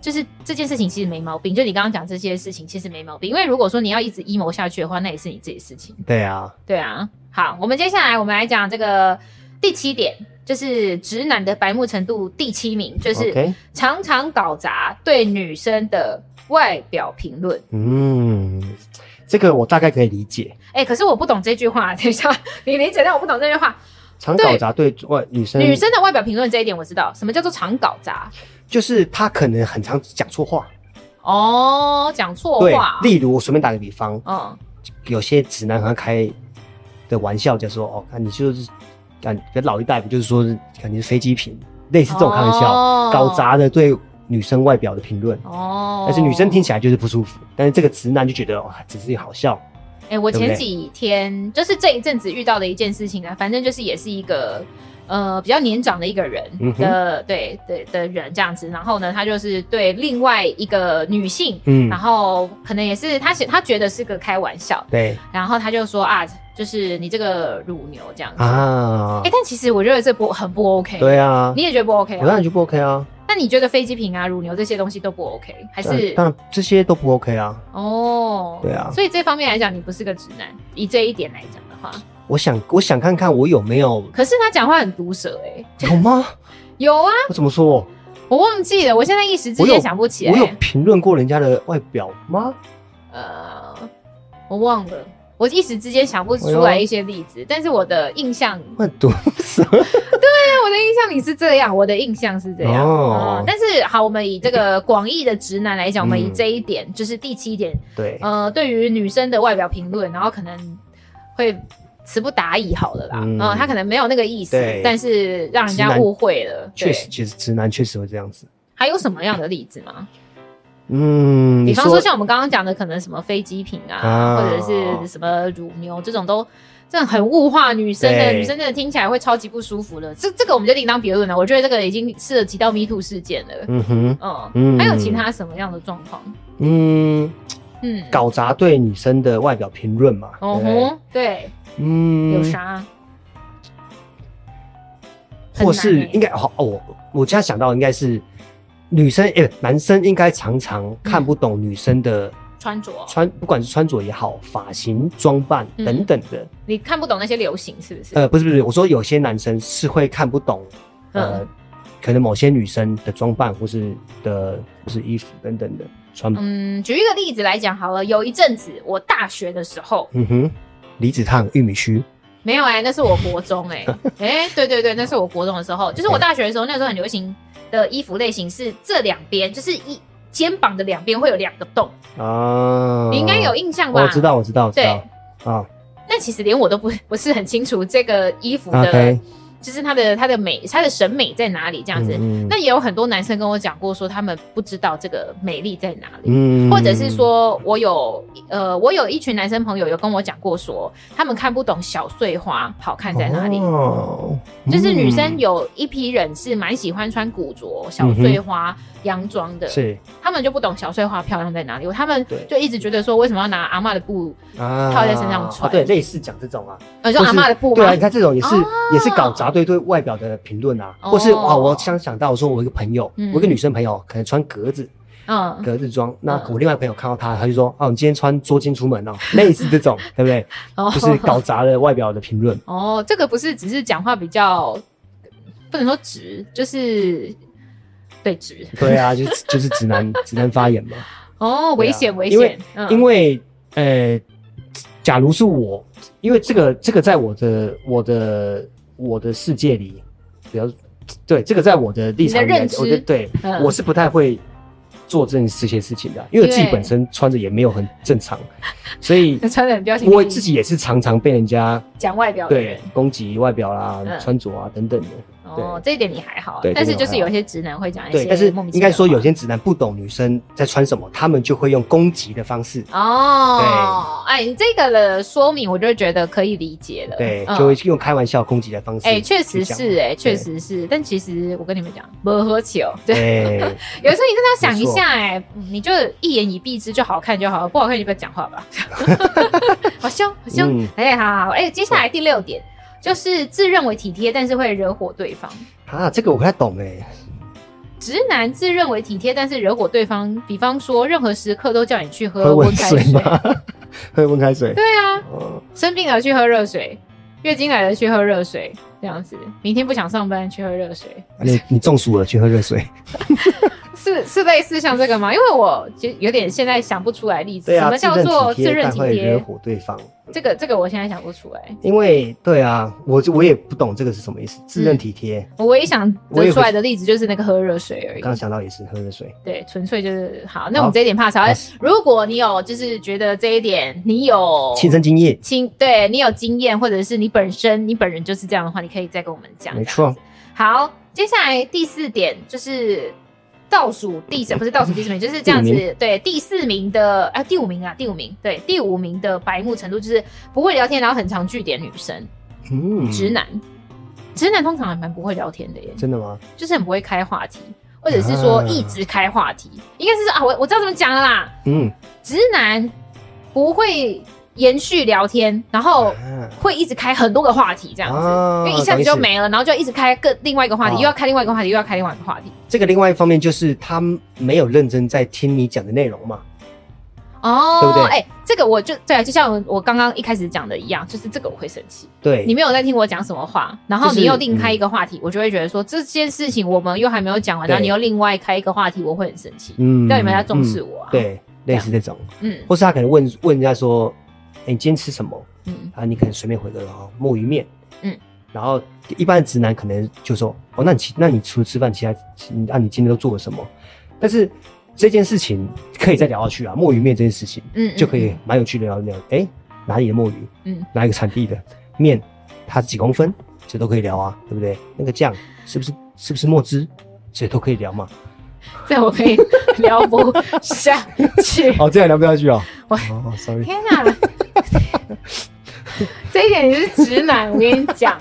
就是这件事情其实没毛病。就你刚刚讲这些事情其实没毛病，因为如果说你要一直阴谋下去的话，那也是你自己的事情。对啊，对啊，好，我们接下来我们来讲这个第七点，就是直男的白目程度第七名，就是 OK，常常搞砸对女生的外表评论。嗯，这个我大概可以理解，哎、可是我不懂这句话，等一下 你理解，但我不懂这句话。常对搞砸对外女生，女生的外表评论这一点我知道，什么叫做常搞砸？就是她可能很常讲错话，哦，讲错对话，，例如我随便打个比方，嗯。有些直男他开的玩笑就说哦，看你就是感觉老一代不就是说感觉是飞机瓶，类似这种开玩笑，哦搞砸的对女生外表的评论。哦，但是女生听起来就是不舒服，但是这个直男就觉得哇，只是好笑，哎、我对不前对几天就是这一阵子遇到的一件事情啊，反正就是也是一个呃比较年长的一个人嗯哼的，对对的人这样子。然后呢，他就是对另外一个女性，嗯然，后可能也是他写他觉得是个开玩笑，对然后他就说啊，就是你这个乳牛这样子。哎、啊，但其实我觉得这不很不 OK，、对啊你，也觉得不 OK 我当啊？然就不 OK 啊，那你觉得飞机瓶啊、乳牛这些东西都不 OK，还当然是当然这些都不 OK 啊。哦？对啊所以这方面来讲，你不是个直男，以这一点来讲的话。我想，我想看看我有没 有可是他讲话很毒舌哎、有吗？有啊，我怎么说？我忘记了，我现在一时之我有间想不起来、我有评论过人家的外表吗？呃，我忘了，我一时之间想不出来一些例哦子，但是我的印象，很毒 舌，对我的印象里是这样，我的印象是这样。哦哦但是好，我们以这个广义的直男来讲，嗯我们以这一点、就是第七点，对，呃，对于女生的外表评论，然后可能会。词不达意好了啦，嗯、嗯他可能没有那个意思对，但是让人直家男误会了。确对实，，其实直男确实会这样子。还有什么样的例子吗？嗯，比你方说像我们刚刚讲的，可能什么飞机瓶啊，啊或者是什么乳牛这种都，这种很物化女生的，对女生真的听起来会超级不舒服的。这这个我们就另当别论了。我觉得这个已经涉及到 Me Too 事件了。嗯哼，嗯，嗯还有其他什么样的状况？嗯，嗯，搞砸对女生的外表评论嘛，对哦不对？吼，对，嗯，有啥？很或难是欸应该哦，哦我我现在想到应该是女生，诶、男生应该常常看不懂女生的欸穿着，穿，不管是穿着也好，发型、装扮嗯等等的。你看不懂那些流行是不是？呃，不是不是，我说有些男生是会看不懂，呃，嗯可能某些女生的装扮或是的，或是衣服等等的穿。嗯嗯，举一个例子来讲好了，有一阵子我大学的时候，嗯哼，离子烫、玉米须，没有哎、那是我国中 哎、哎、对对对，那是我国中的时候，就是我大学的时候，那时候很流行的衣服类型是这两边，就是一肩膀的两边会有两个洞，啊，你应该有印象吧？我知。道，我知道，我知对道。啊但其实连我都不 不是很清楚这个衣服的，OK，就是它的它的美，它的审美在哪里这这样子。嗯那也有很多男生跟我讲过，说他们不知道这个美丽在哪里。嗯或者是，说，我有呃，我有一群男生朋友有跟我讲过说他们看不懂小碎花好看在哪里。哦就是女生嗯有一批人是蛮喜欢穿古着、小碎花、洋装的，嗯是他们就不懂小碎花漂亮在哪里，他们对就一直觉得说为什么要拿阿嬷的布，啊套在身上穿啊对，类似讲这种啊，呃，就或阿是嬷的布对啊，吗你？看这种也是、也是搞砸答对对外表的评论啊，或是哦啊，我想想到我说我一个朋友，嗯我一个女生朋友可能穿格子嗯，格子装，那我另外一个朋友看到她，她就说哦，你今天穿捉襟出门哦， 类似这种，对不对？ 哦就是搞砸了外表的评 论。哦，这个不是只是讲话比较，不能说直，就是对直对啊，就是就是直男直男发言嘛。哦，危险危因为险，嗯因为呃，假如是我，因为这个这个在我的我的我的世界里，比较对这个在我的立场里你的来认讲，知我觉得对、嗯我是不太会做这这些事情的，因为我自己对本身穿着也没有很正常，所以穿的很标新立异，我自己也是常常被人家讲外表的对人攻击外表啦、嗯穿着啊等等的。哦，这一点你还好对，但是这点我就是有一些直男会讲一对，些但是哎莫名其应妙该的说有话些直男不懂女生在穿什么，他们就会用攻击的方嗯式，哦，哎，你这个的说明我就觉得可以理解了，对，嗯就会用开玩笑攻击的方式。哎，确实是，哎，确对实是，但其实我跟你们讲，不喝酒，对，对，有时候你真的要想一没错下、哎，嗯你就一言以蔽之，就好看就好，不好看你就不要讲话 吧。好凶，好凶嗯，哎、好好好，哎、接下来第六点就是自认为体贴，但是会惹火对方。啊，这个我不太懂哎。直男自认为体贴，但是惹火对方，比方说任何时刻都叫你去喝喝温温开水水，吗？ 喝温开水。对啊，哦生病了去喝热水，月经来了去喝热水，这样子，明天不想上班去喝热水，啊你你中暑了去喝热水？是是类似像这个吗？因为我就有点现在想不出来例子，对什啊，么叫做自自认认体贴但体会惹贴？火对方，这个这个我现在想不出来，因为对啊，我我也不懂这个是什么意嗯思。自认体贴，我唯一想我也得会出来的例子就是那个喝热水而我已刚。刚想到也是喝热水。对，纯粹就是好。那好我们这一点怕吵好。如果你有就是觉得这一点你有亲身经验，亲对你有经验，或者是你本身你本人就是这样的话，你可以再跟我们讲。没错。好，接下来第四点就是倒数第四，不是倒数第四名，就是这样第五子。对，第四名的啊，第五名啊，第五名，对，第五名的白目程度就是不会聊天，然后很常据点女生，嗯，直男。直男通常还蛮不会聊天的耶，真的吗？就是很不会开话题，或者是说啊一直开话题，应该是说啊，我我知道怎么讲了啦。嗯，直男不会延续聊天，然后啊会一直开很多个话题这样子，啊因为一下子就没了，然后就一直开个另外一个话题，哦又要开另外一个话题，又要开另外一个话题。这个另外一方面就是他没有认真在听你讲的内容嘛。哦，对不对哎、这个我就对，就像我刚刚一开始讲的一样，就是这个我会生气，对，你没有在听我讲什么话，然后就是你又另开一个话题，我就会觉得说这件事情我们又还没有讲完，对然后你又另外开一个话题，我会很生气，嗯叫你们要重视嗯我、啊对，类似这种，嗯或是他可能问问人家说，哎、你今天吃什么？嗯，啊，你可能随便回个哦，墨鱼面，嗯，然后一般的直男可能就说，哦，那你其那你除了吃饭，其他其那、你今天都做了什么？但是这件事情可以再聊下去啊，墨鱼面这件事情嗯嗯就 可以蛮有趣的聊一聊，哎、哪里的墨鱼？嗯，哪一个产地的面？它几公分？这都可以聊啊，对不对？那个酱是不是是不是墨汁？这都可以聊嘛。这我可以聊不下去。哦，这样聊不下去哦。我哦，sorry，天啊！ 这一点你是直男，我跟你讲，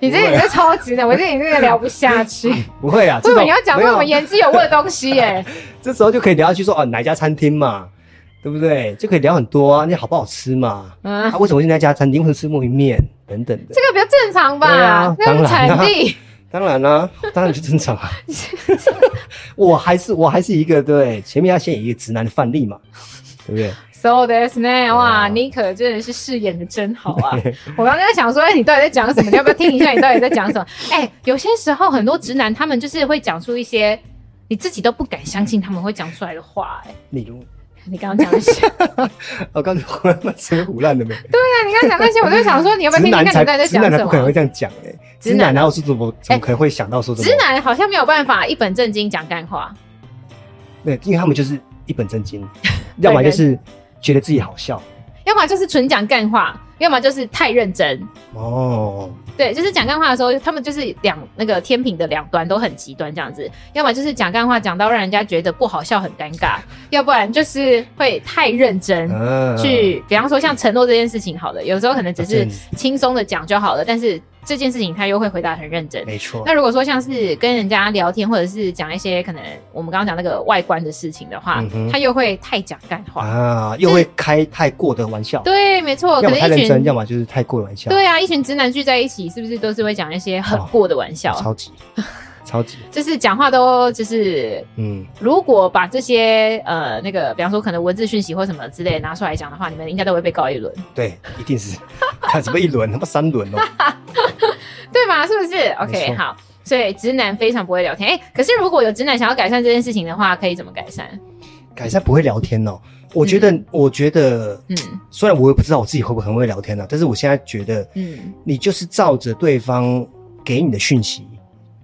你这点是超直男，我这点真的聊不下去。为不啊会啊，这什么种你要讲没出有我们言之有物的东西耶、这时候就可以聊下去说哦，哪一家餐厅嘛，对不对？就可以聊很多啊，那好不好吃嘛？嗯，啊，为什么现在家餐厅会吃墨鱼面等等的？这个比较正常对吧啊？那是当然啊产地，当然啦、当然就 正常啊。我还是我还是一个对，前面要先以一个直男的范例嘛，对不对？ So that's now，哇，对啊你可真的是饰演的真好啊！我刚刚在想说，哎，你到底在讲什么？你要不要听一下你到底在讲什么？ 哎，有些时候很多直男他们就是会讲出一些你自己都不敢相信他们会讲出来的话、哎，例如，你刚刚讲一些，我刚才忽然把吃胡烂了没？那你刚刚讲那些，我就想说，你要不要听直听看男你到底才在直讲男才什不可能么会？这样讲哎、直直男啊男然后是怎么怎么可能会想到说什么？直男好像没有办法一本正经讲干话，对，因为他们就是一本正 经，要不然就是觉得自己好笑要么就是纯讲干话，要么就是太认真。哦，对，就是讲干话的时候，他们就是两那个天平的两端都很极端这样子，要么就是讲干话讲到让人家觉得不好笑很尴尬，要不然就是会太认真。嗯、去，比方说像承诺这件事情，好了，有时候可能只是嗯轻松的讲就好了，但是这件事情，他又会回答得很认真。没错那，如果说像是跟人家聊天，或者是讲一些可能我们刚刚讲那个外观的事情的话，嗯哼他又会太讲干话。啊，又会开太过的玩笑，对，没错，可要么能太一认真，要群么就是太过的玩笑，对啊，一群直男聚在一起，是不是都是会讲一些很过的玩笑？ 超级，超级，就是讲话都就是，嗯，如果把这些呃那个，比方说可能文字讯息或什么之类拿出来讲的话，你们应该都会被告一轮，对，一定是， 看什么一轮，他妈三轮哦，对吧？是不是？OK，没错好。所以直男非常不会聊天，哎、可是如果有直男想要改善这件事情的话，可以怎么改善？改善不会聊天哦，我觉得，我觉得，嗯虽然我也不知道我自己会不会很会聊天呢、啊但是我现在觉得，嗯，你就是照着对方给你的讯息，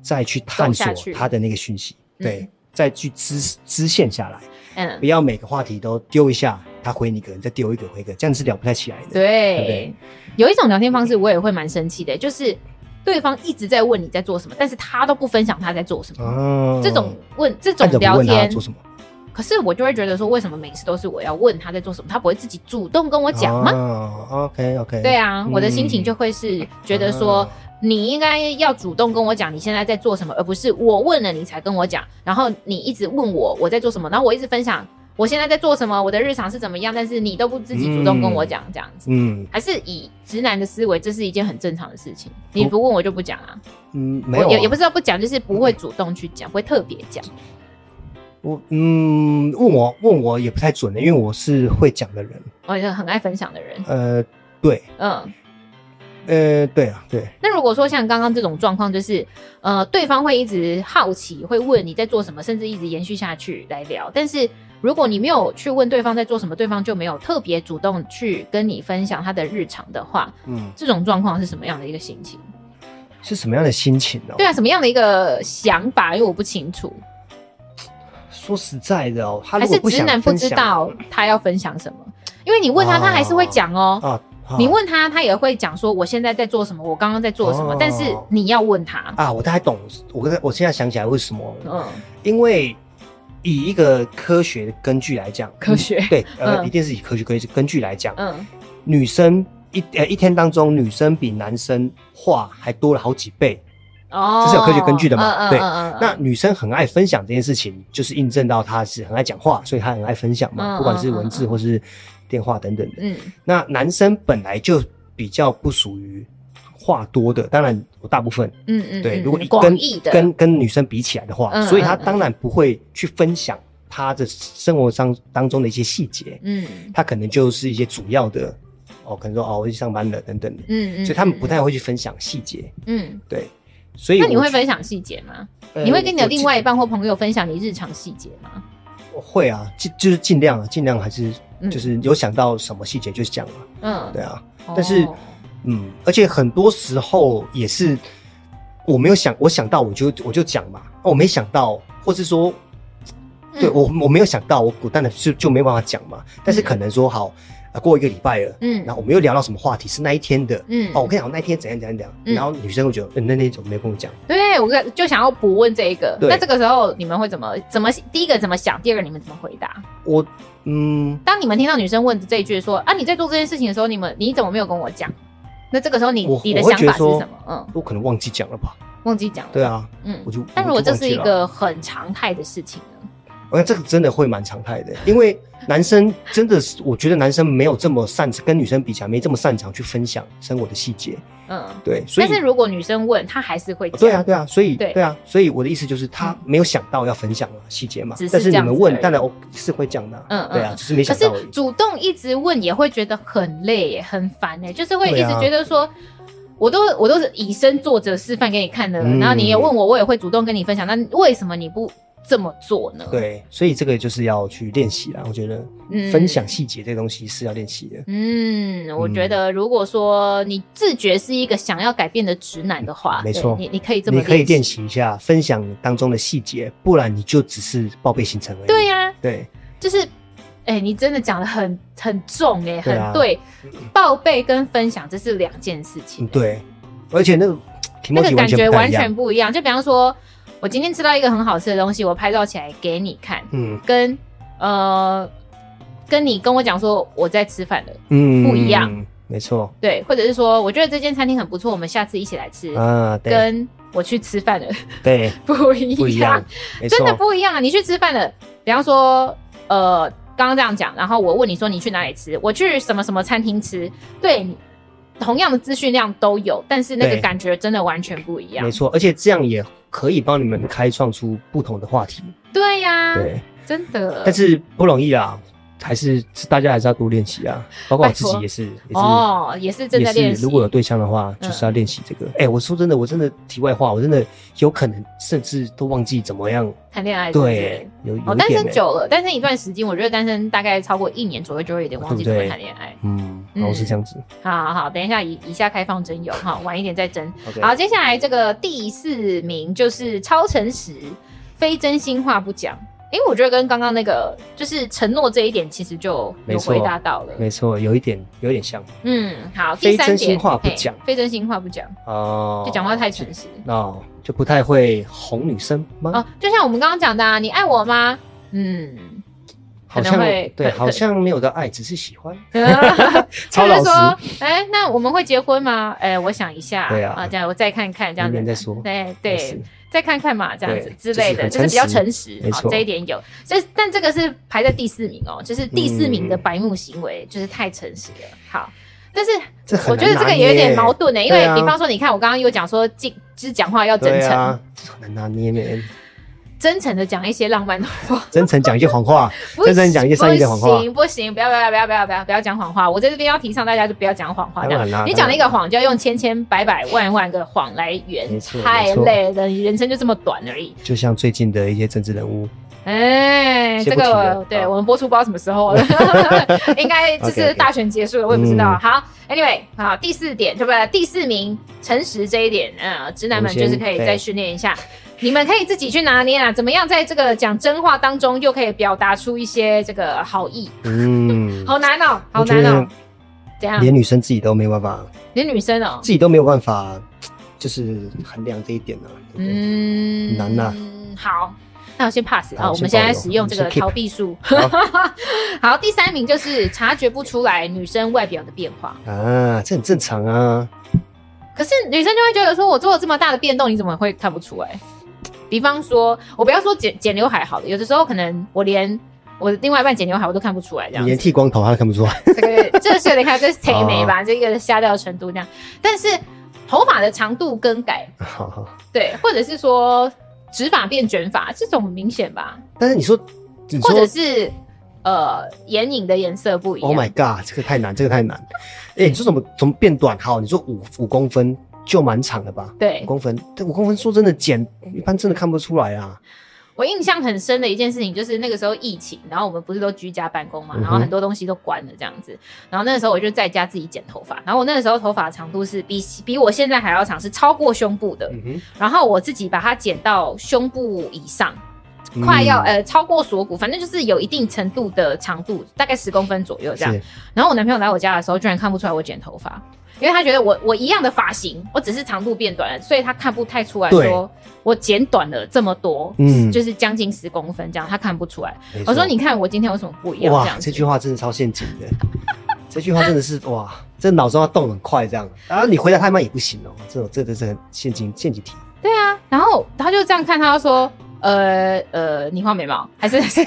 再去探索走下去他的那个讯息，嗯对，再去支支线下来，嗯不，要每个话题都丢一下，他回你一个，你再丢一个回一个，这样是聊不太起来的。对不对对，有一种聊天方式我也会蛮生气的，就是对方一直在问你在做什么，但是他都不分享他在做什么。哦这种问这那种你怎么聊问他天，做什么？可是我就会觉得说，为什么每次都是我要问他在做什么，他不会自己主动跟我讲吗？哦、？OK OK，对啊，我的心情就嗯会是觉得说，啊你应该要主动跟我讲你现在在做什么，而不是我问了你才跟我讲，然后你一直问我我在做什么，然后我一直分享我现在在做什么，我的日常是怎么样，但是你都不自己主动跟我讲这样子。嗯还是以直男的思维，这是一件很正常的事情。你不问我就不讲啊，嗯，没我有啊、也也不是说不讲，就是不会主动去讲，不会特别讲。我嗯，问我问我也不太准的，因为我是会讲的人。我也是哦很爱分享的人，呃，对，嗯。呃，对啊，对，那如果说像刚刚这种状况，就是呃，对方会一直好奇，会问你在做什么，甚至一直延续下去来聊。但是如果你没有去问对方在做什么，对方就没有特别主动去跟你分享他的日常的话，嗯，这种状况是什么样的一个心情？是什么样的心情哦呢、对啊，什么样的一个想法？因为我不清楚，说实在的哦，他还如果是不直想男不分知享道他要分享什么？因为你问他，哦他还是会讲哦。啊，啊你问他，他也会讲说我现在在做什么，我刚刚在做什么。哦但是你要问他，啊，我大概懂，我跟我现在想起来为什么了，嗯，因为以一个科学的根据来讲，科学 对，呃，嗯一定是以科学根据根据来讲，嗯，女生一呃一天当中，女生比男生话还多了好几倍。哦，这是有科学根据的嘛对嗯那女生很爱分享这件事情，就是印证到她是很爱讲话，所以她很爱分享嗯嘛，嗯不管是文嗯字嗯或是电话等等的。嗯那男生本来就比较不属于话多的，当然我大部分嗯嗯，对，嗯如果嗯你广跟义的跟跟女生比起来的话，嗯所以嗯他嗯当然不会去分享他的生活上当中的一些细节，嗯他可能就是一些主要的哦，可能说哦我去上班了等等的，嗯嗯，所以他们不嗯太会去分享细节，嗯。对，所以那你我会觉分享细节吗？呃你会跟你的另外一我半或朋友分享你日常细节吗？我会啊，尽就是尽量啊，尽量还是嗯就是有想到什么细节就讲嘛，嗯，对啊，哦。但是嗯，而且很多时候也是我没有想，我想到我就我就讲嘛，哦我没想到，或是说，嗯对我我没有想到，我我当然就就没办法讲嘛。但是嗯可能说好，啊，过一个礼拜了，嗯然后我们又聊到什么话题是那一天的，嗯哦，我跟你讲那一天怎样怎样怎样，嗯然后女生会觉得，嗯，那天怎么没有跟我讲？对我跟就想要补问这一个，对那这个时候你们会怎么怎么第一个怎么想，第二个你们怎么回答？我嗯，当你们听到女生问这一句说啊你在做这件事情的时候，你们你怎么没有跟我讲？那这个时候你我你的我会想觉得法是说什么？嗯，我可能忘记讲了吧？忘记讲了。对，啊，嗯我。就但如果这是一，我就忘记了啊个很常态的事情呢？我看这个真的会蛮常态的，因为男生真的是，我觉得男生没有这么擅长，跟女生比起来没这么擅长去分享生活的细节，嗯。对，所以但是如果女生问，她还是会讲。对啊，对啊，所以对对啊，所以我的意思就是他没有想到要分享啊细节嘛嗯只是，但是这你样子们而问，已当然我是会讲的啊，嗯嗯对啊，只是没可想到而是已。主动一直问也会觉得很累耶，很烦哎，就是会一对直啊觉得说，我都我都是以身作则示范给你看的，嗯然后你也问我，我也会主动跟你分享，那为什么你不这么做呢？，对，所以这个就是要去练习啦。我觉得嗯分享细节这东西是要练习的。嗯，我嗯觉得如果说你自觉是一个想要改变的直男的话，嗯没对错你你可以这么你可以练练。习一下分享当中的细节，不然你就只是报备行程而已。对呀、对就是，哎、你真的讲的很很重哎、对啊很对，报备跟分享这是两件事情嗯。对，而且那个题目那个完感觉全不太完一样全。不一样。就比方说，我今天吃到一个很好吃的东西，我拍照起来给你看，嗯跟呃，跟你跟我讲说我在吃饭了，嗯不一样没错对，或者是说我觉得这间餐厅很不错，我们下次一起来吃，啊，嗯对跟我去吃饭了 对，不一不一 样，没真的错，不一样啊！你去吃饭了，比方说，呃，刚刚这样讲，然后我问你说你去哪里吃，我去什么什么餐厅吃，对，同样的资讯量都有，但是那个对感觉真的完全不一样没。错，而且这样也可以帮你们开创出不同的话题，对呀、对，真的。但是不容易啊，还是大家还是要多练习啊，包括我自拜己托也是，也是。哦，也是正也在练是，习嗯如。果有对象的话，就是要练习这个。哎、我说真的，我真的题外话，我真的有可能甚至都忘记怎么样。谈恋爱是不是对，有有哦，一单点、身欸。久了，单身一段时间，我觉得单身大概超过一年左右，就会有点忘记怎对不对么谈恋爱。嗯，然后是这样子。好好好，等一下以以下开放征友哈，晚一点再征。 OK，好，接下来这个第四名就是超诚实，非真心话不讲。因为我觉得跟刚刚那个就是承诺这一点，其实就没有错回答到了。没错，有一点有一点像嗯，好，第三点，非真心话不嘿讲非真心话不讲，哦，就讲话太诚实。哦，就不太会哄女生吗？哦，就像我们刚刚讲的、啊，你爱我吗？ 嗯，好可像能会对，可好像没有到爱，只是喜 欢，超他老就说实。：“哎、那我们会结婚吗？哎、我想一下，对啊这样我再看看，这样子明年再说对没事对，再看看嘛，这样子对之类的，就是就是很比较诚诚实，没好错这一点有。这但这个是排在第四名哦，就是第四名的嗯白目行为，就是太诚实了。好，但是这很我觉得难这拿个也有点捏矛盾欸呢、因对为啊比方说，你看我刚刚有讲说，进就是讲话要真对诚，啊，这很难拿捏没？真诚的讲一些浪漫的话，真诚讲一句谎话， 不真诚讲一些善意的不谎话行不行，不要不要不要不要不要不要讲谎话。我在这边要提倡大家就不要讲谎话，当这样然啦你当讲然了一个谎，就要用千千百百万万个谎来圆没，错太没错累了，你人生就这么短而已。就像最近的一些政治人物，哎，先这不提了个啊对我们播出不知道什么时 候了，应该就是 OK，OK 大选结束了，我也不知道。嗯好，Anyway，好，第四点对不对？第四名诚实这一点，呃，直男们我们就先是可以对再训练一下。你们可以自己去拿捏啊，怎么样在这个讲真话当中，又可以表达出一些这个好意？嗯， 好难哦，好我觉难得哦。怎样？连女生自己都没办法，连女生哦，自己都没有办法，就是衡量这一点啊呢、对不对？嗯，难呐好，那我先 pass 好啊，我先们现保在留使用我们这个先 keep 逃避术。好 好，第三名就是察觉不出来女生外表的变化，啊，这很正常啊。可是女生就会觉得说，我做了这么大的变动，你怎么会看不出来？比方说，我不要说剪剪刘海好了，有的时候可能我连我另外一半剪刘海我都看不出来，这你样连子。剃光头他都看不出来， 这个这个是有点看，这是贼眉哦吧，这个瞎掉的程度这样。但是头发的长度更改，好好。对，或者是说直发变卷发，这种很明显吧？但是你说，你或说者是呃眼影的颜色不一样。 ，Oh my God，这个太难，这个太难。哎、你说怎么怎么变短？好，你说五五公分就蛮长了吧？对五公分，但五公分说真的剪，一般真的看不出来啊。我印象很深的一件事情，就是那个时候疫情，然后我们不是都居家办公嘛，嗯哼然后很多东西都关了这样子。然后那个时候我就在家自己剪头发，然后我那个时候头发长度是比比我现在还要长，是超过胸部的。嗯然后我自己把它剪到胸部以上，哼快要、呃超过锁骨，反正就是有一定程度的长度，大概十公分左右这样。是然后我男朋友来我家的时候，居然看不出来我剪头发，因为他觉得我我一样的发型，我只是长度变短了，所以他看不太出来对说我剪短了这么多，嗯就是将近十公分这样，他看不出来。没错我说你看我今天有什么不一样这哇，样这子。句话真的超陷阱的。 这句话真的是哇，这脑中要动很快这样，然后你回答太慢也不行哦，这种这这这陷阱 陷阱题。对啊，然后他就这样看，他就说。呃呃，你画眉毛还是 是？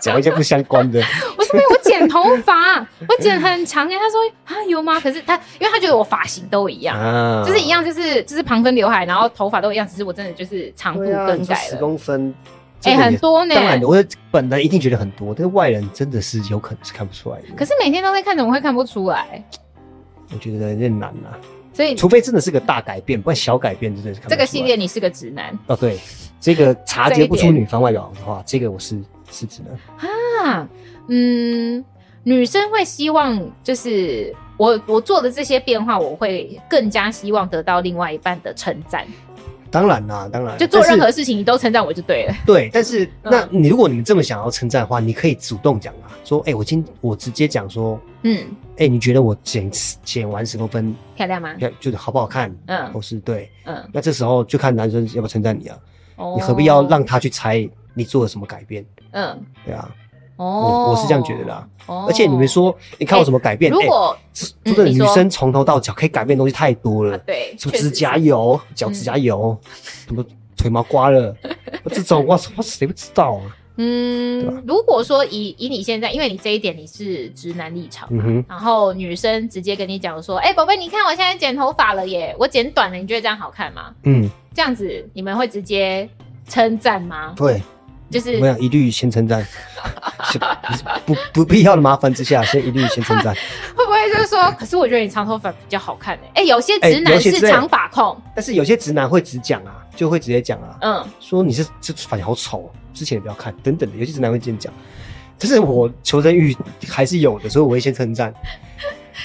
讲一些不相关的，我是因为我剪头发，我剪很长哎、他说啊有吗？可是他因为他觉得我发型都一样，啊就是一样，就是就是旁分刘海，然后头发都一样，只是我真的就是长度对啊，更改十了。公分，哎、这个也很多呢。当然，我本人一定觉得很多，但是外人真的是有可能是看不出来的。可是每天都在看，怎么会看不出来？我觉得有点难啊，所以除非真的是个大改变，不然小改变真的是看嗯不出这来个系列你是个直男哦，对，这个察觉不这出一点女方外表的话，这个我是是指的。啊，嗯，女生会希望就是我我做的这些变化，我会更加希望得到另外一半的称赞，当然啦，当然，就做但是任何事情你都称赞我就对了。对，但是嗯那你如果你们这么想要称赞的话，你可以主动讲啊，说，哎、我今我直接讲说，嗯，哎、你觉得我剪剪完十公分，漂亮吗？要就是好不好看？嗯或是对，嗯，那这时候就看男生要不要称赞你啊，哦你何必要让他去猜你做了什么改变？嗯对啊，哦我我是这样觉得啦。哦而且你们，说，你看我怎么改变？如哎果说说真的，嗯你女说生从头到脚可以改变的东西太多啊了，对，哎什么确实嗯指甲油、脚指甲油，什么腿毛刮了，这种哇，我谁不知道啊？对嗯吧，如果说以以你现在，因为你这一点你是直男立场，嗯哼，然后女生直接跟你讲说：“哎、宝贝，你看我现在剪头发了耶，我剪短了，你觉得这样好看吗嗯，？”这样子你们会直接称赞吗？对，就是我想一律先 称赞，是不不必要的麻烦之下，先一律先称 赞。会不会就是说，可是我觉得你长头发比较好看哎、哎、有些直哎男有些是直男长发控，但是有些直男会直讲啊，就会直接讲啊，嗯，说你是这发型好丑，之前也不要看等等的，有些直男会这样讲。但是我求生欲还是有的，所以我会先称 赞，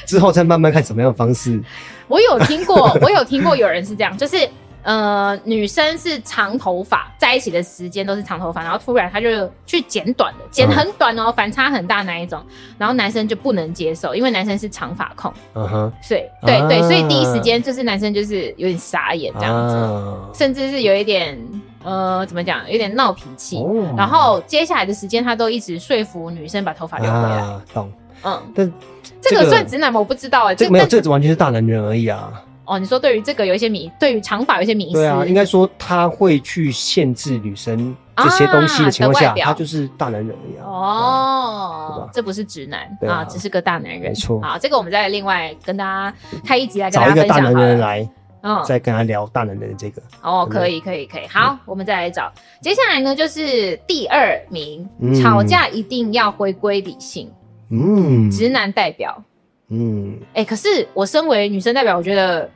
之后再慢慢看什么样的方式。我有听过，我有听过有人是这样，就是呃，女生是长头发，在一起的时间都是长头发，然后突然她就去剪短的，剪很短哦，反差很大那一种，然后男生就不能接受，因为男生是长发控，嗯哼，所以对、啊对，所以第一时间就是男生就是有点傻眼这样子，啊甚至是有一点呃，怎么讲，有点闹脾气。哦然后接下来的时间，他都一直说服女生把头发留回来。啊，懂。嗯，但这个算直男吗？我不知道哎、这个没有，但这个完全是大男人而已啊。哦，你说对于这个有一些迷，对于长发有一些迷思。对啊，应该说他会去限制女生这些东西的情况啊啊的外下，表他就是大男人而已啊。对啊，对哦吧，这不是直男对啊啊，只是个大男人。没错好，这个我们再另外跟大家开一集来跟大找家一个分大享男好人了。来，嗯，再跟他聊大男人的这个。哦，对不对嗯可以，可以，可以。好，我们再来找。接下来呢，就是第二名，嗯吵架一定要回归理性，嗯直男代表。嗯，哎，可是我身为女生代表，我觉得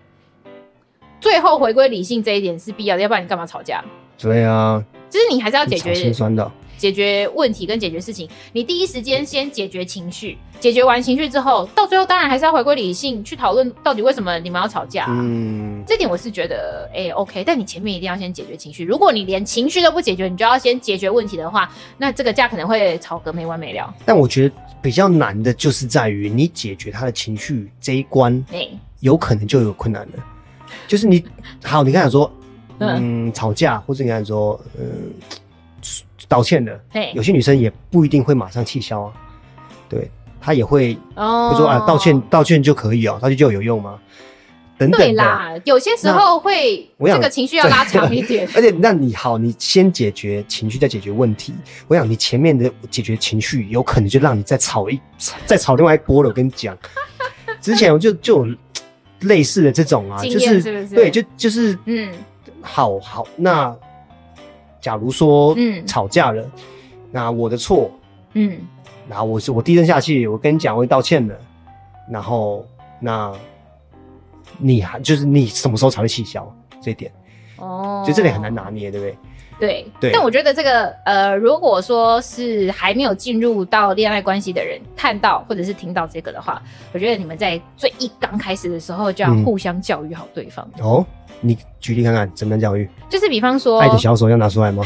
最后回归理性这一点是必要的，要不然你干嘛吵架？对啊，就是你还是要解超心决酸的。解决问题跟解决事情，你第一时间先解决情绪，解决完情绪之后，到最后当然还是要回归理性去讨论到底为什么你们要吵架啊、嗯，这点我是觉得，哎、o k 但你前面一定要先解决情绪。如果你连情绪都不解决，你就要先解决问题的话，那这个架可能会吵个没完没了。但我觉得比较难的就是在于你解决他的情绪这一关，哎、有可能就有困难了。就是你，好，你刚才说，嗯嗯，吵架，或者你刚才说，嗯，道歉的，嘿有些女生也不一定会马上气消啊，对她也会哦，会说啊，道歉，道歉就可以哦，道歉就有用吗？等对等的。啦，有些时候会我这想。个情绪要拉长一点而且，那你好，你先解决情绪，再解决问题。我想你前面的解决情绪，有可能就让你再吵一再吵另外一波了。我跟你讲，之前我就就有类似的这种啊，经就验是是不是对，就就是嗯好好。那假如说嗯吵架了，那我的错，嗯，然后我是我低声下气，我跟你讲，我道歉了。然后那你还就是你什么时候才会气消？这一点，哦，就这点很难拿捏，对不对？对，对但我觉得这个呃，如果说是还没有进入到恋爱关系的人看到或者是听到这个的话，我觉得你们在最一刚开始的时候就要嗯互相教育好对方。哦，你举例看看怎么样教育？就是比方说爱，的小手要拿出来吗？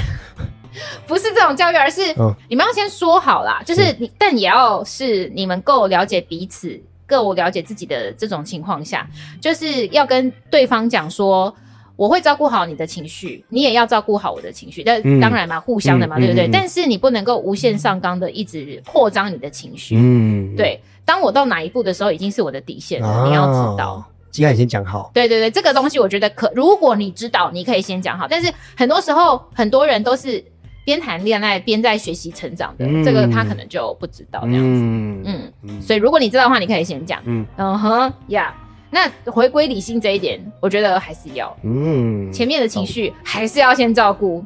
不是这种教育，而是嗯你们要先说好啦，就是你，但也要是你们够了解彼此，够了解自己的这种情况下，就是要跟对方讲说。我会照顾好你的情绪，你也要照顾好我的情绪。但嗯当然嘛，互相的嘛，嗯对不对？嗯嗯但是你不能够无限上纲的一直扩张你的情绪。嗯，对，当我到哪一步的时候，已经是我的底线了，啊，你要知道。。既然你先讲好，对对对，这个东西我觉得可，如果你知道，你可以先讲好。但是很多时候，很多人都是边谈恋爱边在学习成长的，嗯这个他可能就不知道这样子。嗯嗯，嗯所以如果你知道的话，你可以先讲。嗯嗯哼呀那回归理性这一点，我觉得还是要嗯前面的情绪还是要先照顾。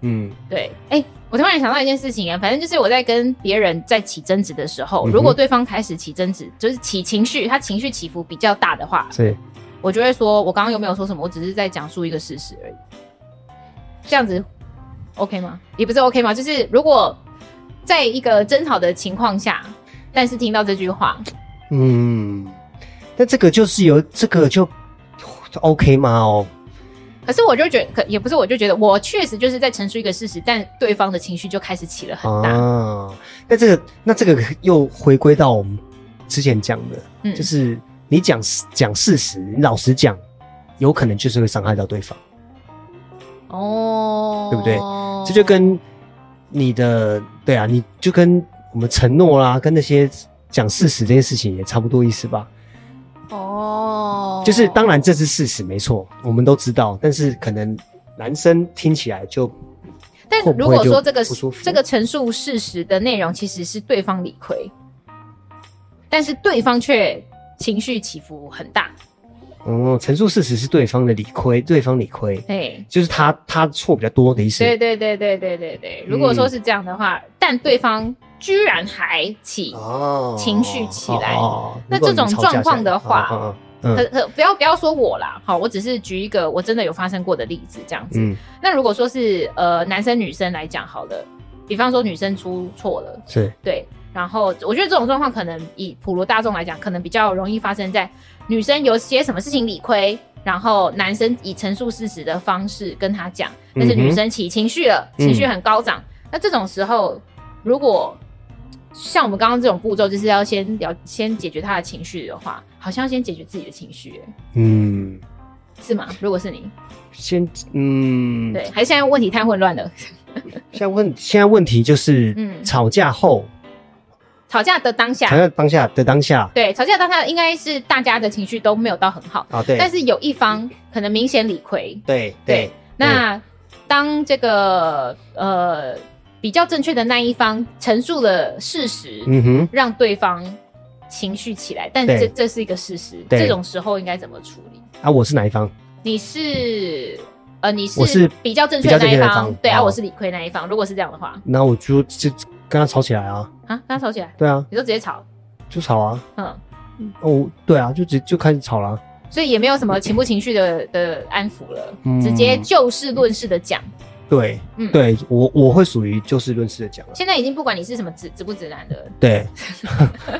嗯对，哎、我突然想到一件事情啊，反正就是我在跟别人在起争执的时候，嗯哼如果对方开始起争执，就是起情绪，他情绪起伏比较大的话，对，我就会说，我刚刚又没有说什么，我只是在讲述一个事实而已。这样子 OK 吗？也不是 OK 吗？就是如果在一个争吵的情况下，但是听到这句话，嗯，但这个就是有这个就 OK 吗？哦，可是我就觉得，可也不是，我就觉得我确实就是在陈述一个事实，但对方的情绪就开始起了很大。啊，那这个那这个又回归到我们之前讲的，嗯就是你讲讲事实，你老实讲，有可能就是会伤害到对方。哦对不对这就跟你的对啊，你就跟我们承诺啦，跟那些讲事实这些事情也差不多意思吧。哦，就是当然这是事实，没错，我们都知道，但是可能男生听起来就但会不如会果就说这个不舒服这个陈述事实的内容其实是对方理亏，但是对方却情绪起伏很大，哦，陈述事实是对方的理亏，对方理亏对。就是他他错比较多的意思。对对对对对对对，如果说嗯是这样的话，但对方居然还起，哦情绪起来哦那如果这种你吵架状况的话起来哦哦可哦可不要不要说我啦，好，我只是举一个我真的有发生过的例子这样子。嗯嗯那如果说是呃男生女生来讲好了，比方说女生出错了，是对，然后我觉得这种状况可能以普罗大众来讲，可能比较容易发生在女生有些什么事情理亏，然后男生以陈述事实的方式跟他讲，但是嗯哼女生起情绪了，嗯情绪很高涨，那这种时候如果像我们刚刚这种步骤，就是要先了先解决他的情绪的话，好像要先解决自己的情绪，哎嗯，是吗？如果是你，先嗯，对，还是现在问题太混乱了， 现在问现在问题就是，嗯吵架后，吵架的当吵下，架当下的当下对，吵架当下应该是大家的情绪都没有到很好。啊，对，但是有一方可能明显理亏。对对，那当这个呃比较正确的那一方陈述了事实，嗯哼，让对方情绪起来，但对这这是一个事实，对这种时候应该怎么处理？啊，我是哪一方？你是呃你我是是比较正确的比那较正确一的方，那方对啊，哦我是理亏那一方。如果是这样的话，那我就就跟他吵起来啊，啊，跟他吵起来，对啊，你就直接吵，就吵啊，嗯。哦，对啊，就直就开始吵了啊，所以也没有什么情不情绪的的安抚了，嗯直接就事论事的讲。对，嗯对我我会属于就事论事的讲啊，现在已经不管你是什么直直不直男的， 对，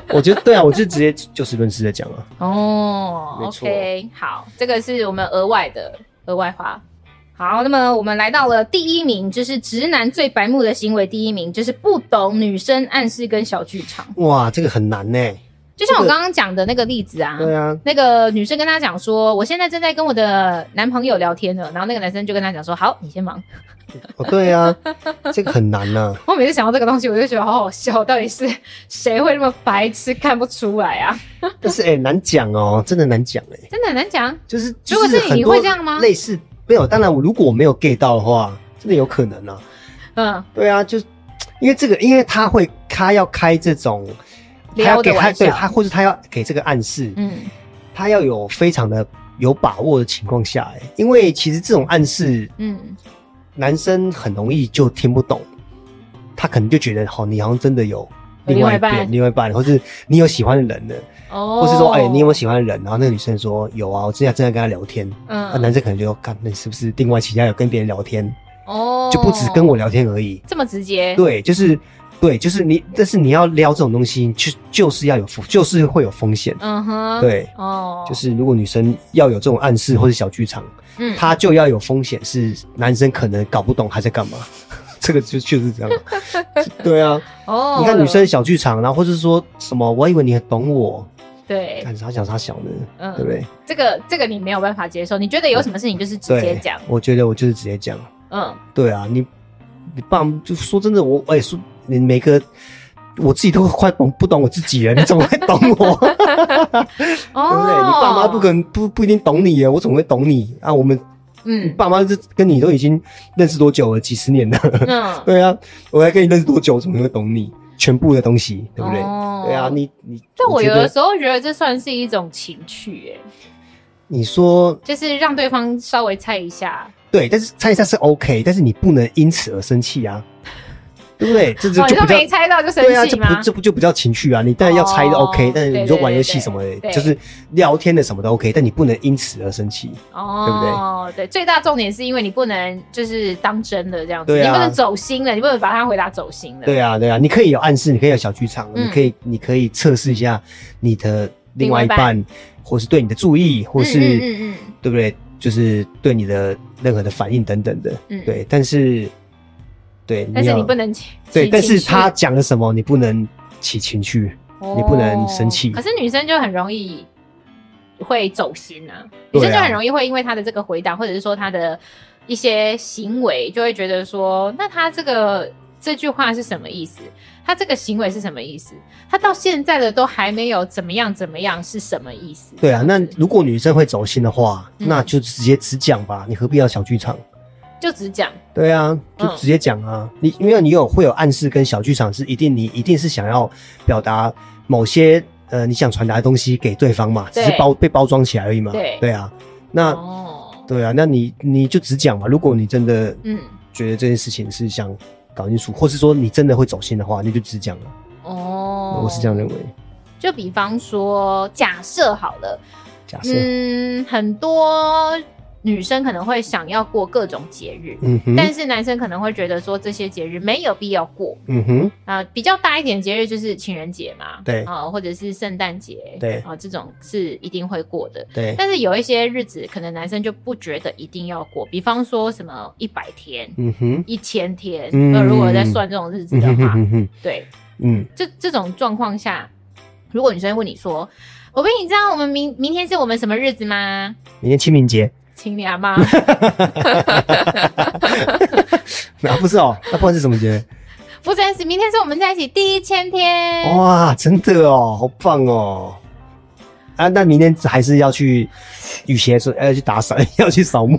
我觉得对啊，我就直接就事论事的讲啊，哦没错，OK，好，这个是我们额外的额外话。好，那么我们来到了第一名，就是直男最白目的行为。第一名就是不懂女生暗示跟小剧场，哇，这个很难呢，就像我这个刚刚讲的那个例子啊，对啊，那个女生跟他讲说，我现在正在跟我的男朋友聊天呢，然后那个男生就跟他讲说，好，你先忙。哦对啊，这个很难啊呐，我每次想到这个东西，我就觉得好好笑，到底是谁会那么白痴看不出来啊？但是哎难讲哦，真的难讲哎。真的很难讲，就是如果就是你很你多会这样吗类似没有，当然我如果我没有 get 到的话，真的有可能啊。嗯，对啊，就因为这个，因为他会他要开这种，他撩要的给他玩对笑，他或者他要给这个暗示，嗯，他要有非常的有把握的情况下、欸，因为其实这种暗示嗯，男生很容易就听不懂，他可能就觉得好，你好像真的有。有另另外外一一半边，另外一半，或是你有喜欢的人的，哦，或是说，哎、你有没有喜欢的人？然后那个女生说有啊，我之前正在跟他聊天，那、嗯，男生可能就说：“哦干，那你是不是另外其他有跟别人聊天，哦，就不止跟我聊天而已？”这么直接，对，就是对，就是你，但是你要撩这种东西，就就是要有风，就是会有风险。嗯哼，，对，哦，就，是如果女生要有这种暗示或者小剧场，嗯，她就要有风险，是男生可能搞不懂她在干嘛。 这个就就是这样， 对啊，哦，你看女生，小剧场，然后或者说什么，我还以为你很懂我，对，看啥小啥小呢，嗯对不对？这个这个你没有办法接受，你觉得有什么事情就是直接对讲，，我觉得我就是直接讲，嗯，对啊，你你爸妈就说真的，我哎、说你每个我自己都快懂不懂我自己了，你怎么会 懂我？哦，对不对？你爸妈不可，能不不一定懂你耶，我怎么会懂你啊？我们你 嗯爸妈这跟你都已经认识多久了？几十年了， 嗯，对啊，我还跟你认识多久？我怎么会懂你全部的东西？对不对？哦对啊，你你但我觉有得的时候觉得这算是一种情趣，哎，你说就是让对方稍微猜一下，对，但是猜一下是 OK，但是你不能因此而生气啊，对不对？这这哦，你就都比较没猜到就生对啊，气这不吗？这不就不叫情绪啊？你当然要猜的哦 OK，、但是对你说对玩对游戏对什么的，对就是聊天的什么的 OK，但你不能因此而生气。哦，对最大重点是因为你不能就是当真的这样子，对啊你不能走心了，你不能把他回答走心了。对啊，对啊，你可以有暗示，你可以有小剧场，嗯你可以你可以测试一下你的另外一另外半，或是对你的注意，或嗯是、嗯嗯嗯对不对？就是对你的任何的反应等等的，嗯对。但是，对，但是要你不能起对，起但情是绪他讲了什么，你不能起情绪。你不能生气哦可是女生就很容易会走心啊，女对啊生就很容易会因为她的这个回答，或者是说她的一些行为，就会觉得说，那她这个这句话是什么意思？他这个行为是什么意思？他到现在的都还没有怎么样怎么样是什么意思？对啊，那如果女生会走心的话，嗯那就直接只讲吧，你何必要小剧场？就只讲对啊，就嗯直接讲啊。你因为你有会有暗示跟小剧场是一定，你一定是想要表达某些呃你想传达的东西给对方嘛，只对是包被包装起来而已嘛。对啊，那、哦，对啊，那你你就只讲嘛。如果你真的嗯，觉得这件事情是想搞清楚，或是说你真的会走心的话，你就只讲了。哦，我是这样认为。就比方说，假设好了，假设，嗯，很多女生可能会想要过各种节日，嗯哼，但是男生可能会觉得说这些节日没有必要过嗯哼，啊、比较大一点的节日就是情人节嘛，对啊、或者是圣诞节，对啊、这种是一定会过的。对，但是有一些日子，可能男生就不觉得一定要过，比方说什么一百天、嗯哼，一千天，嗯呃，如果在算这种日子嗯的哼哼话，哼哼，对，嗯，这这种状况下，如果女生问你说：“我跟你知道我们明明天是我们什么日子吗？明天清明节。 请你阿妈。 啊，不是哦，那不然是什么节？”不真是，明天是我们在一起第一千天。哇，真的哦，好棒哦！啊，那明天还是要去雨鞋说要去打扫， 要去扫墓，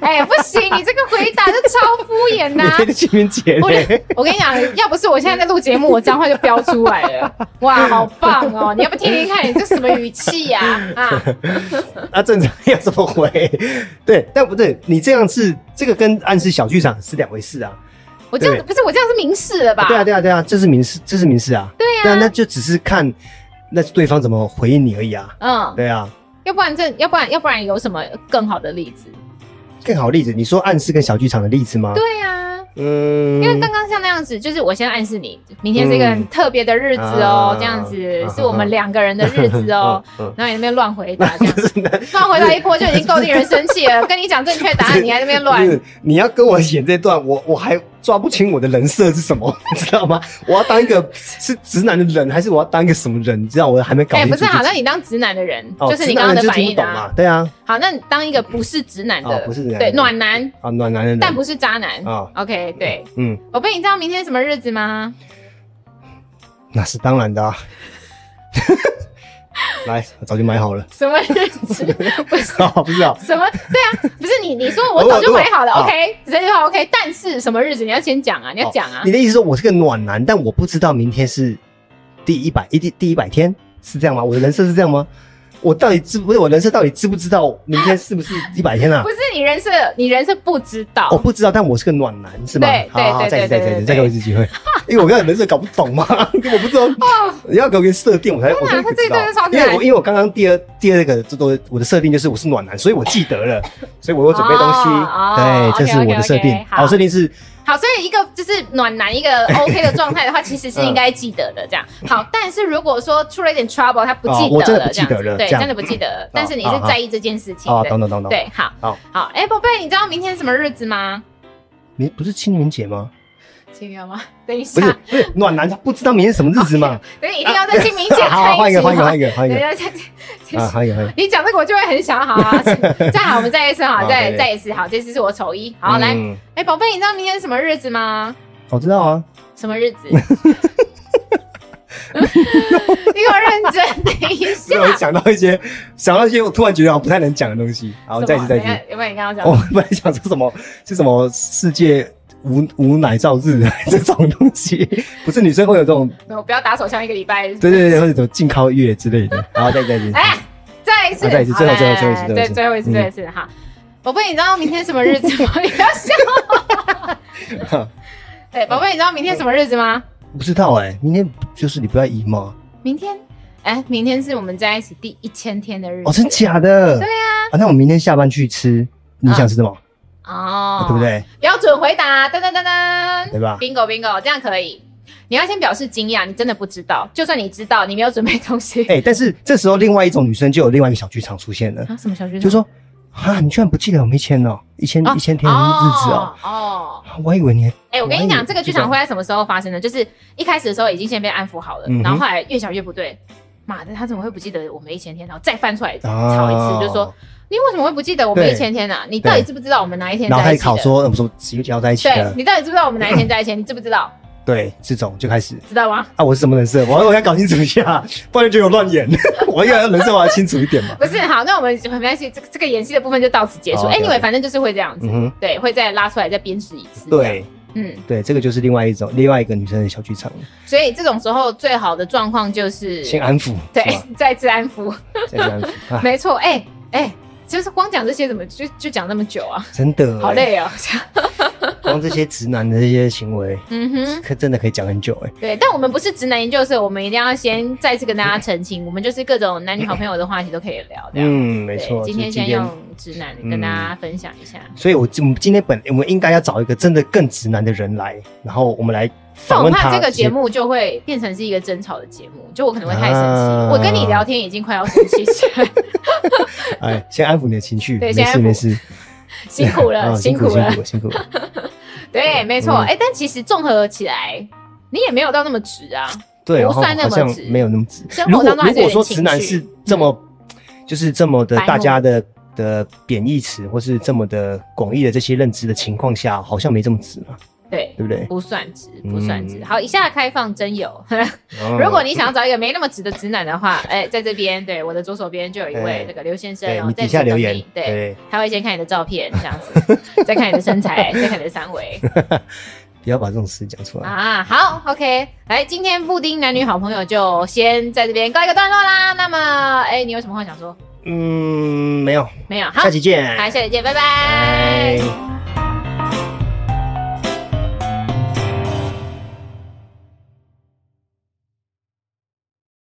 哎、不行，你这个回答就超敷衍 明呐、天是清明节我嘞。我跟你讲，要不是我现在在录节目，我脏话就飙出来 了。哇，好棒哦！你要不听听看，你这什么语气呀、啊？ 啊，正常要怎么回？ 对，但不对，你这样是这个跟暗示小剧场是两回事啊。我这样子不是我这样是明示了吧？对啊，对啊，对啊，这是民事，这是民事啊。对啊但那就只是看那对方怎么回应你而已啊。嗯，对啊，要不然这，要不然，要不然有什么更好的例子？嗯更好例子，你说暗示跟小剧场的例子吗？对啊，嗯，因为刚刚像那样子，就是我先暗示你，明天是一个很特别的日子哦，嗯啊这样子啊是我们两个人的日子哦。嗯，然后你那边乱回答，这样嗯不是那乱回答一波就已经够令人生气了。跟你讲正确答案，你还在那边乱 不。是你要跟我演这段， 我我还抓不清我的人设是什么， 你知道吗？我要当一个是直男的人，还是我要当一个什么人？你知道我还没搞哎、清楚不自己。是，好像你当直男的人，哦，就是你刚刚的直反男人就听不应懂啊嘛。。对啊，好，那你当一个不是直男的，哦不是直男对暖男，啊，暖男的人，但不是渣男。啊 OK，对，嗯，我被你知道明天什么日子吗？那是当然的啊。 来，我早就买好了。什么日 子？ 不是。哦，不是啊，什么？对啊，不是你，你说我早就买好了如果，OK，这句话 OK，但是什么日子你要先讲啊，你要讲啊哦哦你，的意思说我是个暖男，但我不知道明天是第一百一第第一百天是这样吗？我的人设是这样吗？我到底知不是我人设到底知不知道明天是不是一百天啊不？是你人设，你人设不知道哦我，不知道，但我是个暖男，是吗？对好好，好对再对再对再对再给我一次机会， 因为我刚才人设搞不懂嘛， 我不知道，你要给我一个设定，我才我才他不这知一道段是超。级因为我难因为我刚刚第二第二个这都我的设定就是我是暖男，所以我记得了，所以我有准备东西哦哦，对，这是我 OK，OK，OK，的设定。好好，设定是好，所以一个就是暖男，一 个 OK 的状态的话，其实是应该记得的这样。好，但是如果说出了一点 trouble，他不记嗯哦我真得的了不这记样得子，了对，这样嗯真的不记得了。但是你是在意这件事情哦，的懂，懂懂懂。对，好，好，好，哎，宝贝，你知道明天什么日子吗？你不是清明节吗？清明吗？等一不是下，不是暖男，他不知道明天什么日子吗？等一定要在清哦明节 啊好，开换一集个，吗换一个，换一个，换一等一个下再再啊，换一个，换一 个。你讲这个我就会很想好啊，再好我们再一次好，好再对再一次好，这次是我丑一，好嗯来，哎宝贝，你知道明天是什么日子吗？我知道啊，什么日 子？ 你给我认真等一因下为，我想到一些，想到一些我突然觉得好像不太能讲的东西。好，再一次，再一次。哎有没有你刚刚我讲？哦 本来想说什么是什么世界无无奶罩日这种东 西，不是女生会有这种没有，不要打手枪一个礼拜。对对对，或者什么禁靠月之类 的。然后再再再，哎，再一次，啊再一次好最后来最后最后一次来最后一对，次最后一次，嗯最后一次，哈。宝贝，你知道明天什么日 子吗？你不要笑。哎对，宝贝，你知道明天什么日子吗？不知道哎、明天就是礼拜一吗？明天，哎，明天是我们在一起第一千天的日子。哦，真假的？对啊呀、啊。那我明天下班去吃，你想吃什么？哦对不？对？标准回答，噔噔噔噔，对吧？bingo bingo，这样可以。你要先表示惊讶，你真的不知道。就算你知道，你没有准备东西。哎、但是这时候另外一种女生就有另外一个小剧场出现了，啊，什么小学生？就说啊，你居然不记得我们一千哦，一千、啊一千天的日子哦，哦。哦啊我还以为你哎、我跟你我还以讲，为这个剧是这场样会在什么时候发生呢？就是一开始的时候已经先被安抚好了，嗯哼然后后来越想越不对，妈的，他怎么会不记得我们一千天？然后再翻出来哦吵一次，就说你为什么会不记得我们对一千天啊？你到底知不知道我们哪一天然后在开一始起考的？说呃我们什么几交在一起对的，你到底知不知道我们哪一天在一起？你知不知道？对，这种就开始知道 吗？啊，我是什么人设？我我要搞清楚一下，不然就有乱演。 我要人设我要清楚一点嘛。不是，好，那我们没关系，这个这个演戏的部分就到此结束。哦 anyway，了解反正就是会这样子，嗯哼，对，会再拉出来再鞭尸一次。对嗯，对，这个就是另外一种另外一个女生的小剧场，所以这种时候最好的状况就是先安抚，对是吧， 再次安抚，再先 安抚啊，没错，哎、哎、就是光讲这些怎么就就讲那么久啊？真的哎好，累哦， 光这些直男的这些行为，嗯哼，可真的可以讲很久哎。对，啊但我们不是直男研究社，我们一定要先再次跟大家澄清，我们就是各种男女好朋友的话题都可以聊，这样。嗯，没对错，今就嗯天是先用直男跟大家分享一下，所以我今，我们今天本我们应该要找一个真的更直男的人来，然后我们来访我问怕他。这个节直接目就会变成是一个争吵的节目，就我可能会太生气，啊我跟你聊天已经快要生 气 起来，哎，先安抚你的情绪，对没先安事抚没事，辛苦了， 啊辛苦辛了，苦辛苦了。对，没错，嗯哎、但其实综合起来，你也没有到那么直啊，对，不然后算那好么像直没有那么直。生如活果当中还如是有点果说情直男绪嗯是这么，就是这么的白目大家的的贬义词，或是这么的广义的这些认知的情况下，好像没这么直嘛，对。对不对？不算直，不算直。嗯好，以下开放真友。 如果你想要找一个没那么直的直男的话，哎、在这边，对我的左手边就有一位哎那个刘先生，对然后你在底下这个留言你，对，他会先看你的照片，这样子， 再看你的身材，再看你的三围 不要把这种事讲出来。啊。好，OK，来，今天布丁男女好朋友就先在这边告一个段落啦。那么，哎、你有什么话想说？嗯，没有，没有，好下，期见，好，下期见，拜拜拜。